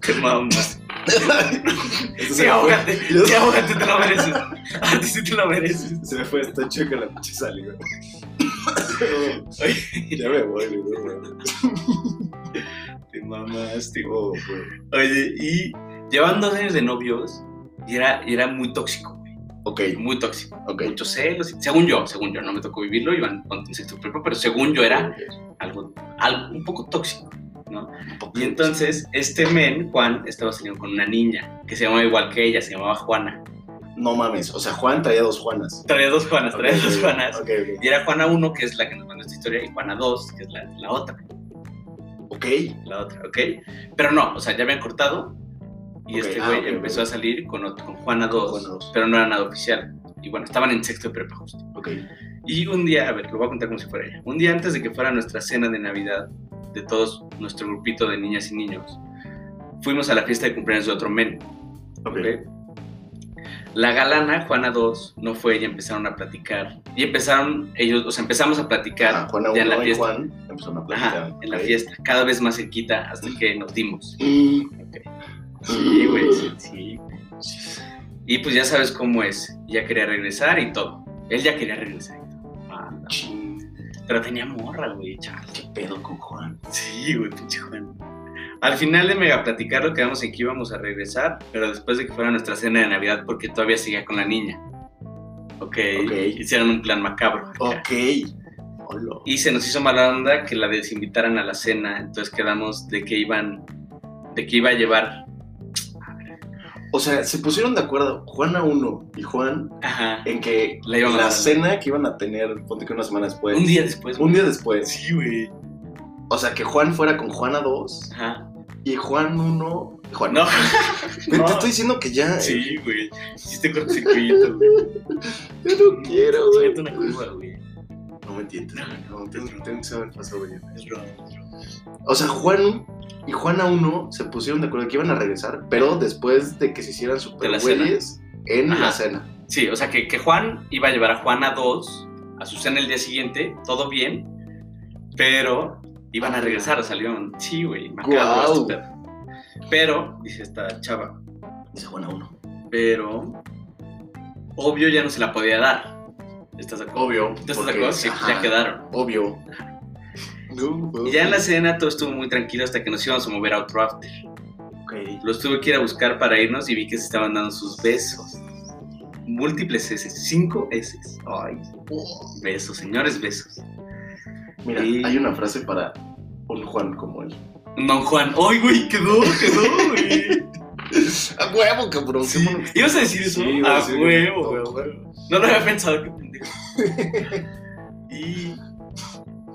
Speaker 1: Qué mamá.
Speaker 2: Esto
Speaker 1: Sí,
Speaker 2: me fue.
Speaker 1: ahógate.
Speaker 2: Yo-
Speaker 1: Sí, ahógate, te lo mereces. A ti sí te lo mereces.
Speaker 2: Se me fue esta chica la pinche sal, güey. ya me voy, güey.
Speaker 1: Te mamaste, güey.
Speaker 2: Oh, güey.
Speaker 1: Oye, y llevaban dos años de novios y era, y era muy tóxico, güey.
Speaker 2: Ok,
Speaker 1: Muy tóxico.
Speaker 2: ok.
Speaker 1: Muchos celos. y- Según yo, según yo, no me tocó vivirlo, iban con sexto prepa, pero según yo era algo, algo un poco tóxico. Y entonces, este men, Juan, estaba saliendo con una niña que se llamaba igual que ella, se llamaba Juana.
Speaker 2: No mames. O sea, Juan traía dos Juanas.
Speaker 1: Traía dos Juanas, traía
Speaker 2: Ok,
Speaker 1: dos
Speaker 2: ok,
Speaker 1: Juanas.
Speaker 2: Ok,
Speaker 1: Y era Juana 1, que es la que nos mandó esta historia, y Juana 2, que es la, la otra,
Speaker 2: ok. Ok.
Speaker 1: la otra, ¿ok? Pero no, o sea, ya habían cortado y
Speaker 2: Ok,
Speaker 1: este
Speaker 2: ah,
Speaker 1: güey
Speaker 2: ok,
Speaker 1: empezó
Speaker 2: ok.
Speaker 1: a salir con, ot- con Juana 2.
Speaker 2: Juana dos.
Speaker 1: pero no era nada oficial. Y bueno, estaban en sexto de prepa justo.
Speaker 2: Ok.
Speaker 1: Y un día, a ver, lo voy a contar como si fuera ella. Un día antes de que fuera nuestra cena de Navidad, de todos nuestro grupito de niñas y niños, fuimos a la fiesta de cumpleaños de otro men.
Speaker 2: Ok.
Speaker 1: ¿ok? La galana, Juana 2, no fue y empezaron a platicar. Y empezaron ellos, o sea, empezamos a platicar
Speaker 2: Ah, Juana
Speaker 1: ya en la
Speaker 2: 1 y
Speaker 1: fiesta.
Speaker 2: Juan empezaron
Speaker 1: Ah,
Speaker 2: a platicar.
Speaker 1: Ajá, en la
Speaker 2: Ok.
Speaker 1: fiesta, cada vez más cerquita hasta que nos dimos.
Speaker 2: Mm,
Speaker 1: Sí, güey, sí, sí. Y pues ya sabes cómo es. Ya quería regresar y todo. Él ya quería regresar y todo. Ah, no.
Speaker 2: ching,
Speaker 1: Pero tenía morra, güey, chaval.
Speaker 2: ¿Qué pedo con Juan?
Speaker 1: Sí, güey, pinche Juan. Al final de mega platicarlo quedamos en que íbamos a regresar, pero después de que fuera nuestra cena de Navidad, porque todavía seguía con la niña. Ok.
Speaker 2: Ok. Oh.
Speaker 1: Hicieron un plan macabro. acá.
Speaker 2: Ok. Hola.
Speaker 1: Y se nos hizo mala onda que la desinvitaran a la cena, entonces quedamos de que iban, de que iba a llevar.
Speaker 2: O sea, se pusieron de acuerdo Juana 1 y Juan
Speaker 1: Ajá.
Speaker 2: en que
Speaker 1: La iban a
Speaker 2: la
Speaker 1: mandar.
Speaker 2: cena que iban a tener, ponte que una semana después,
Speaker 1: Un día después.
Speaker 2: Pues, un
Speaker 1: güey.
Speaker 2: día después,
Speaker 1: Sí, güey.
Speaker 2: o sea, que Juan fuera con Juana 2
Speaker 1: Ajá.
Speaker 2: y Juan 1. Juan,
Speaker 1: No.
Speaker 2: Güey,
Speaker 1: no.
Speaker 2: te estoy diciendo que ya. eh,
Speaker 1: Sí, güey. Hiciste cortocircuito, güey.
Speaker 2: Yo no quiero, güey.
Speaker 1: Fíjate una curva, güey.
Speaker 2: No me entiendes. No, no, tengo tengo que saber pasado, güey.
Speaker 1: Es broma, es broma.
Speaker 2: O sea, Juan y Juana 1 se pusieron de acuerdo que iban a regresar, pero después de que se hicieran super
Speaker 1: la
Speaker 2: güeyes en la
Speaker 1: Ajá.
Speaker 2: cena.
Speaker 1: Sí, o sea, que, que Juan iba a llevar a Juana 2 a su cena el día siguiente, todo bien, pero iban a regresar, salieron. Sí, güey, macabro,
Speaker 2: Guau.
Speaker 1: estúpido. Pero, dice esta chava,
Speaker 2: Dice Juana 1.
Speaker 1: pero obvio ya no se la podía dar. ¿Estás de acuerdo?
Speaker 2: Obvio.
Speaker 1: ¿Estás de
Speaker 2: porque-
Speaker 1: acuerdo? Sí,
Speaker 2: ajá,
Speaker 1: ya quedaron.
Speaker 2: Obvio. No,
Speaker 1: Y ya en la cena todo estuvo muy tranquilo hasta que nos íbamos a mover a otro after.
Speaker 2: Ok.
Speaker 1: Los tuve que ir a buscar para irnos y vi que se estaban dando sus besos. Múltiples S, cinco S. Ay, besos, señores, besos.
Speaker 2: Mira,
Speaker 1: Y-
Speaker 2: hay una frase para un Juan como él.
Speaker 1: Don Juan, ay, güey, quedó, quedó, güey.
Speaker 2: ¡A huevo, cabrón!
Speaker 1: Sí. ¿Ibas a decir eso? a huevo, güey. No lo había pensado, qué pendejo. Y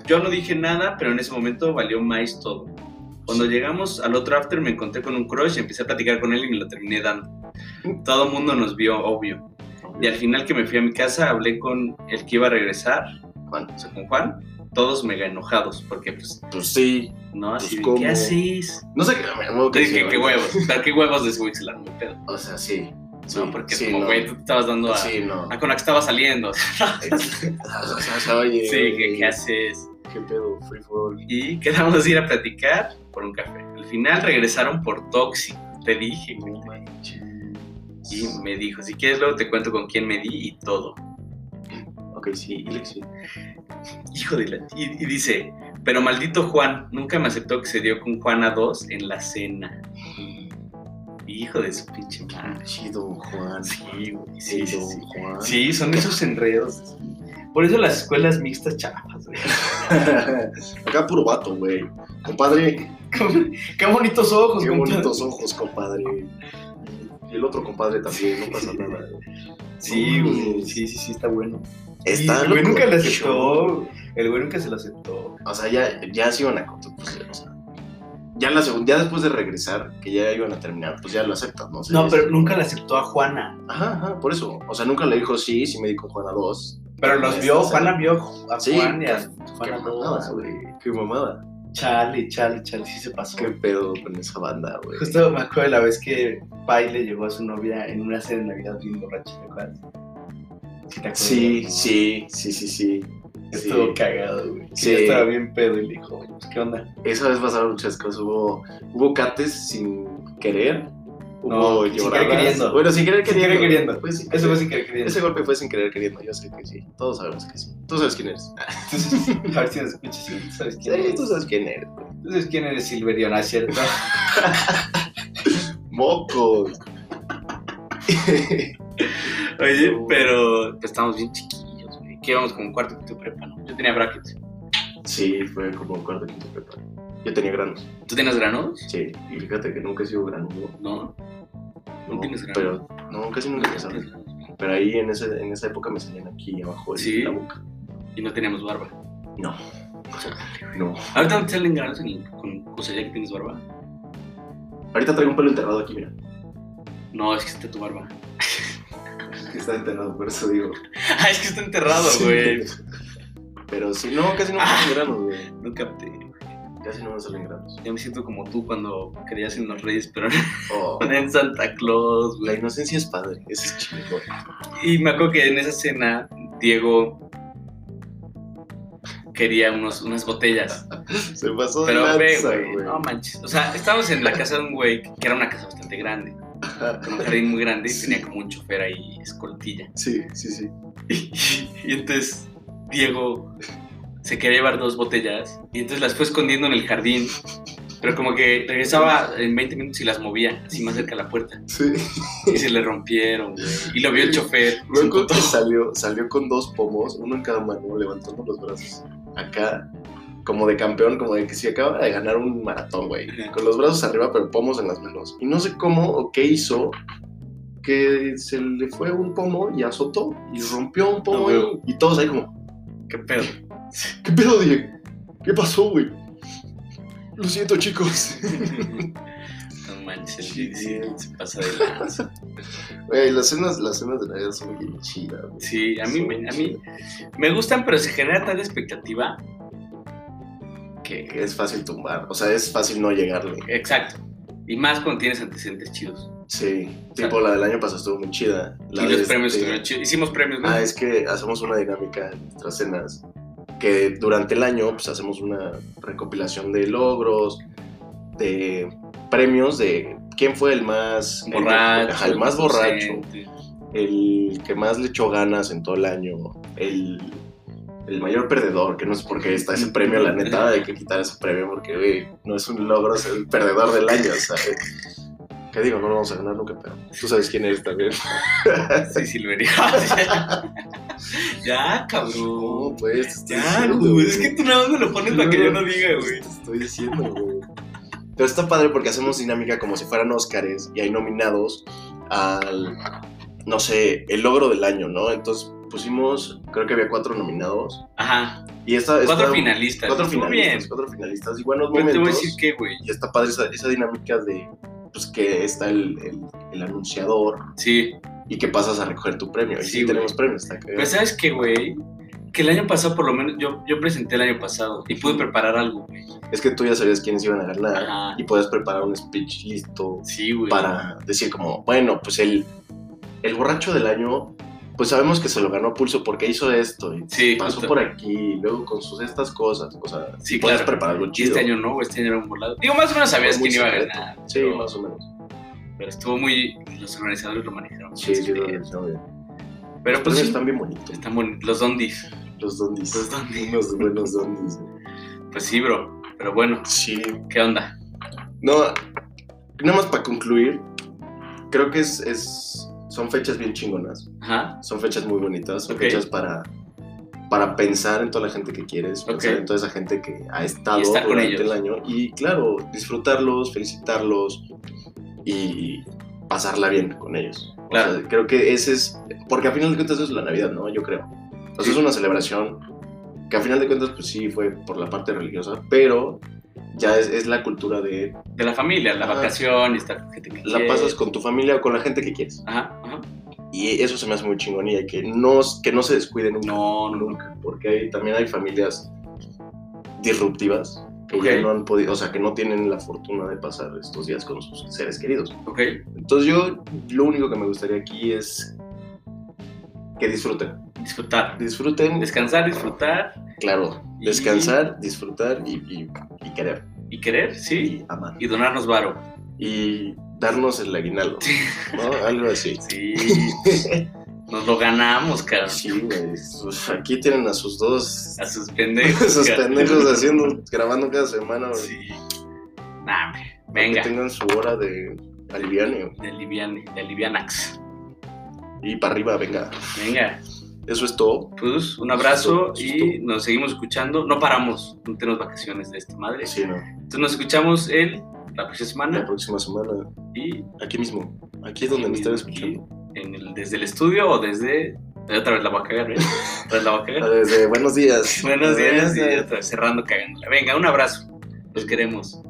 Speaker 1: yo no dije nada, pero en ese momento valió más todo. O Cuando llegamos al otro after me encontré con un crush, empecé a platicar con él y me lo terminé dando. Todo el mundo nos vio, obvio. Y al final que me fui a mi casa, hablé con el que iba a regresar, Juan, o sea, con Juan, todos mega enojados, porque pues,
Speaker 2: Pues sí.
Speaker 1: no,
Speaker 2: Pues,
Speaker 1: así, de,
Speaker 2: ¿cómo?
Speaker 1: ¿qué haces?
Speaker 2: No sé qué. me acuerdo
Speaker 1: Te
Speaker 2: que sí,
Speaker 1: dije, qué
Speaker 2: güey.
Speaker 1: huevos, tal, qué huevos de Switzerland, mi pedo.
Speaker 2: O sea, sí. sí,
Speaker 1: No, porque
Speaker 2: sí,
Speaker 1: como,
Speaker 2: no.
Speaker 1: güey, tú te estabas dando a,
Speaker 2: Sí, no.
Speaker 1: a con la que estaba saliendo. Sí,
Speaker 2: o sea, o sea, oye.
Speaker 1: ¿qué, qué haces?
Speaker 2: ¿Qué pedo? Free for all.
Speaker 1: Y quedamos de ir a platicar por un café. Al final regresaron por Toxi, te dije. güey.
Speaker 2: No manches.
Speaker 1: Y me dijo, si quieres luego te cuento con quién me di y todo.
Speaker 2: Ok, sí, y le- sí.
Speaker 1: Hijo de la... Y, y dice, pero maldito Juan, nunca me aceptó que se dio con Juana 2 en la cena. Hijo de su pinche madre.
Speaker 2: Sí, don Ah, Juan.
Speaker 1: Sí, güey, sí, sí,
Speaker 2: don
Speaker 1: sí.
Speaker 2: Juan.
Speaker 1: Sí, son esos enredos. Por eso las escuelas mixtas chafas, güey.
Speaker 2: Acá puro vato, güey. Compadre,
Speaker 5: Qué bonitos ojos,
Speaker 2: qué
Speaker 5: compadre.
Speaker 2: bonitos ojos, compadre. Y el otro compadre también, no pasa nada.
Speaker 5: Sí, güey. Sí, sí, sí, está bueno.
Speaker 2: Está
Speaker 5: Y el güey
Speaker 2: loco,
Speaker 5: nunca le
Speaker 2: qué show.
Speaker 5: aceptó. El güey nunca se lo aceptó.
Speaker 2: O sea, ya, ya se iban a contar, pues, o sea, ya, en la segun- ya después de regresar, que ya iban a terminar, pues ya lo aceptas, ¿no? O sea,
Speaker 5: No,
Speaker 2: ya
Speaker 5: pero
Speaker 2: es-
Speaker 5: nunca le aceptó a Juana.
Speaker 2: Ajá, ajá, por eso. O sea, nunca le dijo sí, sí me dijo Juana 2.
Speaker 5: Pero los vio, Juana vio a
Speaker 2: Sí, pues,
Speaker 5: Juan y a
Speaker 2: Qué
Speaker 5: Juana
Speaker 2: mamada,
Speaker 5: dos.
Speaker 2: güey. Qué mamada.
Speaker 5: Chale, chale, chale, sí se pasó.
Speaker 2: Qué pedo con esa banda, güey.
Speaker 5: Justo me acuerdo de la vez que Pai le llevó a su novia en una cena de Navidad bien borracha, ¿te acuerdas? ¿Sí te acuerdas?
Speaker 2: Sí, sí, sí, sí, sí. Sí.
Speaker 5: Estuvo cagado, güey.
Speaker 2: Sí.
Speaker 5: Sí. Estaba bien pedo y le dijo, "Oye, pues, ¿qué onda?
Speaker 2: Esa vez pasaron muchas cosas. Hubo, hubo cates sin querer. Hubo
Speaker 5: No, sin
Speaker 2: lloradas.
Speaker 5: querer queriendo.
Speaker 2: Bueno, sin querer
Speaker 5: Sin
Speaker 2: queriendo.
Speaker 5: querer queriendo.
Speaker 2: Pues, sí,
Speaker 5: Eso fue sin querer queriendo.
Speaker 2: Ese golpe fue sin querer queriendo. Yo sé que sí. Todos sabemos que sí. Tú sabes quién eres.
Speaker 5: Entonces, a ver si nos escuchas, sí, tú ¿sabes quién
Speaker 2: Sí,
Speaker 5: eres?
Speaker 2: tú sabes quién eres. güey.
Speaker 5: Tú sabes quién eres Silverio, ¿no es cierto?
Speaker 2: Mocos.
Speaker 1: Oye, pero pues, estamos bien chiquillos, güey. ¿Qué íbamos con un cuarto de prepa, no? Yo tenía brackets.
Speaker 2: sí, fue como un cuarto quinto prepa. Yo tenía granos.
Speaker 1: ¿Tú tienes granos?
Speaker 2: Sí. Y fíjate que nunca he sido granudo.
Speaker 1: No. No,
Speaker 2: No,
Speaker 1: tienes granos.
Speaker 2: Pero no, casi nunca me salen. Pero ahí en, ese, en esa época me salían aquí abajo de
Speaker 1: Sí.
Speaker 2: la boca.
Speaker 1: Y no teníamos barba.
Speaker 2: No. No.
Speaker 1: Ahorita no te salen granos en el- con, o sea, ya que tienes barba.
Speaker 2: Ahorita traigo un pelo enterrado aquí, mira.
Speaker 1: No, es que está tu barba.
Speaker 2: Está enterrado, por eso digo.
Speaker 1: Ah, es que está enterrado, güey. Ah.
Speaker 2: Pero si no, casi no me salen granos, güey.
Speaker 1: No capté.
Speaker 2: Casi no me salen granos.
Speaker 1: Ya me siento como tú cuando creías en los reyes, pero
Speaker 2: Oh,
Speaker 1: no en Santa Claus,
Speaker 2: la
Speaker 1: güey.
Speaker 2: inocencia es padre, ese es chido.
Speaker 1: Y me acuerdo que en esa cena, Diego quería unos, unas botellas.
Speaker 2: Se pasó de
Speaker 1: Pero ve,
Speaker 2: lanza,
Speaker 1: güey,
Speaker 2: güey.
Speaker 1: no manches. O sea, estábamos en la casa de un güey que era una casa bastante grande, con un jardín muy grande y tenía como un chofer ahí, escoltilla.
Speaker 2: Sí, sí, sí.
Speaker 1: Y, y entonces Diego se quería llevar dos botellas y entonces las fue escondiendo en el jardín. Pero como que regresaba en 20 minutos y las movía, así más cerca a la puerta.
Speaker 2: Sí.
Speaker 1: Y se le rompieron, güey. Y lo vio el chofer. y se
Speaker 2: Luego que
Speaker 1: emputó.
Speaker 2: salió, salió con dos pomos, uno en cada mano, levantando los brazos. Acá, como de campeón, como de que si acaba de ganar un maratón, güey. Con los brazos arriba, pero pomos en las manos. Y no sé cómo o qué hizo, que se le fue un pomo y azotó y rompió un pomo.
Speaker 1: No, güey.
Speaker 2: y, y todos ahí como,
Speaker 1: ¿Qué pedo?
Speaker 2: ¿qué pedo, Diego? ¿Qué pasó, güey? Lo siento, chicos.
Speaker 1: No manches, el Didi sí se pasa de lanza.
Speaker 2: Güey, las cenas, las cenas de Navidad son bien chidas, güey.
Speaker 1: Sí, a mí,
Speaker 2: Son
Speaker 1: me-
Speaker 2: bien
Speaker 1: a mí
Speaker 2: chidas.
Speaker 1: me gustan, pero se genera tal expectativa.
Speaker 2: Que, que es fácil tumbar, o sea, es fácil no llegarle.
Speaker 1: Exacto. Y más cuando tienes antecedentes chidos.
Speaker 2: Sí, tipo la del año pasado estuvo muy chida. La
Speaker 1: y
Speaker 2: de
Speaker 1: los premios
Speaker 2: este-
Speaker 1: estuvieron chidos. Hicimos premios, ¿no?
Speaker 2: Ah, es que hacemos una dinámica en nuestras cenas que durante el año pues hacemos una recopilación de logros, de premios, de quién fue el más el-
Speaker 1: borracho.
Speaker 2: ajá, el más borracho,
Speaker 1: inocente.
Speaker 2: el que más le echó ganas en todo el año, el, el mayor perdedor, que no sé por qué está ese premio, la neta, hay que quitar ese premio porque güey, no es un logro ser el perdedor del año, ¿sabes? ¿Qué digo? No lo vamos a ganar nunca, pero tú sabes quién eres también.
Speaker 1: Sí, Silverio. ya, cabrón.
Speaker 2: No, pues, te estoy
Speaker 1: Ya,
Speaker 2: diciendo,
Speaker 1: güey. Es que tú nada más me lo pones para que yo no diga,
Speaker 2: Te
Speaker 1: güey.
Speaker 2: estoy diciendo, güey. Pero está padre porque hacemos dinámica como si fueran Óscares y hay nominados al, no sé, el logro del año, ¿no? Entonces pusimos, creo que había cuatro nominados
Speaker 1: Ajá.
Speaker 2: Y esta, esta-
Speaker 1: Cuatro finalistas.
Speaker 2: Cuatro
Speaker 1: estuvo
Speaker 2: finalistas,
Speaker 1: bien.
Speaker 2: cuatro finalistas. Y buenos
Speaker 1: Pero
Speaker 2: momentos.
Speaker 1: te voy a decir que, güey.
Speaker 2: Y está padre esa, esa dinámica de pues que está el, el- el anunciador
Speaker 1: Sí.
Speaker 2: y que pasas a recoger tu premio. Y
Speaker 1: Sí,
Speaker 2: sí,
Speaker 1: güey. Pues,
Speaker 2: tenemos premios, está cagado.
Speaker 1: Pero sabes qué, güey. Que el año pasado, por lo menos, yo, yo presenté el año pasado y pude preparar algo, güey.
Speaker 2: Es que tú ya sabías quiénes iban a ganar
Speaker 1: Ajá.
Speaker 2: y podías preparar un speech listo
Speaker 1: Sí, güey.
Speaker 2: para decir como, bueno, pues el, el borracho del año, pues sabemos que se lo ganó a pulso porque hizo esto y
Speaker 1: Sí,
Speaker 2: pasó
Speaker 1: justo.
Speaker 2: por aquí, y luego con sus estas cosas, o sea,
Speaker 1: Sí,
Speaker 2: podías
Speaker 1: claro.
Speaker 2: preparar algo
Speaker 1: Y
Speaker 2: chido.
Speaker 1: este año no, güey. Este año era un volado. Digo, más o menos sabías
Speaker 2: Fue muy
Speaker 1: quién iba a
Speaker 2: secreto.
Speaker 1: ganar.
Speaker 2: Sí,
Speaker 1: pero-
Speaker 2: más o menos.
Speaker 1: Pero estuvo muy. Los organizadores lo manejaron.
Speaker 2: Sí, sí, lo
Speaker 1: Este,
Speaker 2: organizó bien.
Speaker 1: Pero
Speaker 2: Los
Speaker 1: pues sí.
Speaker 2: premios
Speaker 1: Pues,
Speaker 2: están bien bonitos.
Speaker 1: Están bonitos. Los dondis.
Speaker 2: Los dondis.
Speaker 1: Los dondis.
Speaker 2: Unos buenos dondis.
Speaker 1: Pues sí, bro. Pero bueno,
Speaker 2: Sí.
Speaker 1: ¿qué onda?
Speaker 2: No, nada más para concluir, creo que es, es- son fechas bien chingonas,
Speaker 1: Ajá.
Speaker 2: son fechas muy bonitas, son
Speaker 1: Ok.
Speaker 2: fechas para, para pensar en toda la gente que quieres, pensar
Speaker 1: Ok.
Speaker 2: en toda esa gente que ha
Speaker 1: Y
Speaker 2: estado
Speaker 1: estar con
Speaker 2: durante
Speaker 1: ellos.
Speaker 2: el año y claro, disfrutarlos, felicitarlos y pasarla bien con ellos. O
Speaker 1: Claro.
Speaker 2: sea, creo que ese es, porque a final de cuentas eso es la Navidad, ¿no? Yo creo. O sea, es una celebración que a final de cuentas pues sí fue por la parte religiosa, pero ya es- es la cultura de
Speaker 1: De la familia, la
Speaker 2: Ajá.
Speaker 1: vacación y estar con gente que
Speaker 2: la
Speaker 1: quieres.
Speaker 2: pasas con tu familia o con la gente que quieres.
Speaker 1: Ajá, ajá.
Speaker 2: Y eso se me hace muy chingón y hay que no, que no se descuiden nunca,
Speaker 1: No, no, no.
Speaker 2: nunca, porque hay- también hay familias disruptivas que ya
Speaker 1: Ok.
Speaker 2: no han podido, o sea, que no tienen la fortuna de pasar estos días con sus seres queridos.
Speaker 1: Ok.
Speaker 2: Entonces yo lo único que me gustaría aquí es que disfruten.
Speaker 1: Disfrutar.
Speaker 2: Disfruten,
Speaker 1: Descansar, disfrutar
Speaker 2: claro,
Speaker 1: Y-
Speaker 2: descansar, disfrutar y, y- y querer
Speaker 1: y querer, sí.
Speaker 2: y amar.
Speaker 1: Y donarnos varo.
Speaker 2: Y darnos el aguinaldo, ¿no? Algo así.
Speaker 1: Sí. Nos lo ganamos, cabrón.
Speaker 2: Sí, güey. Pues, aquí tienen a sus dos.
Speaker 1: A sus pendejos.
Speaker 2: Esos
Speaker 1: cabrón.
Speaker 2: pendejos haciendo, grabando cada semana, güey.
Speaker 1: Sí. Nah, hombre.
Speaker 2: Para
Speaker 1: venga.
Speaker 2: Que tengan su hora de aliviane güey.
Speaker 1: De Livian, de Livianax.
Speaker 2: y para arriba, venga.
Speaker 1: Venga.
Speaker 2: Eso es todo.
Speaker 1: Pues un abrazo
Speaker 2: Justo,
Speaker 1: y nos seguimos escuchando. No paramos. No tenemos vacaciones de esta madre.
Speaker 2: Sí, ¿no?
Speaker 1: Entonces nos escuchamos el, la próxima
Speaker 2: La
Speaker 1: semana
Speaker 2: próxima semana,
Speaker 1: y
Speaker 2: aquí mismo. Aquí es donde me están escuchando.
Speaker 1: en el- desde el estudio o desde. Otra vez la voy a cagar, ¿eh? Otra vez la voy a
Speaker 2: Ah,
Speaker 1: cagar.
Speaker 2: Desde buenos días.
Speaker 1: Buenos días y
Speaker 2: Buenos
Speaker 1: otra vez cerrando cagándola. Venga, un abrazo. Los queremos.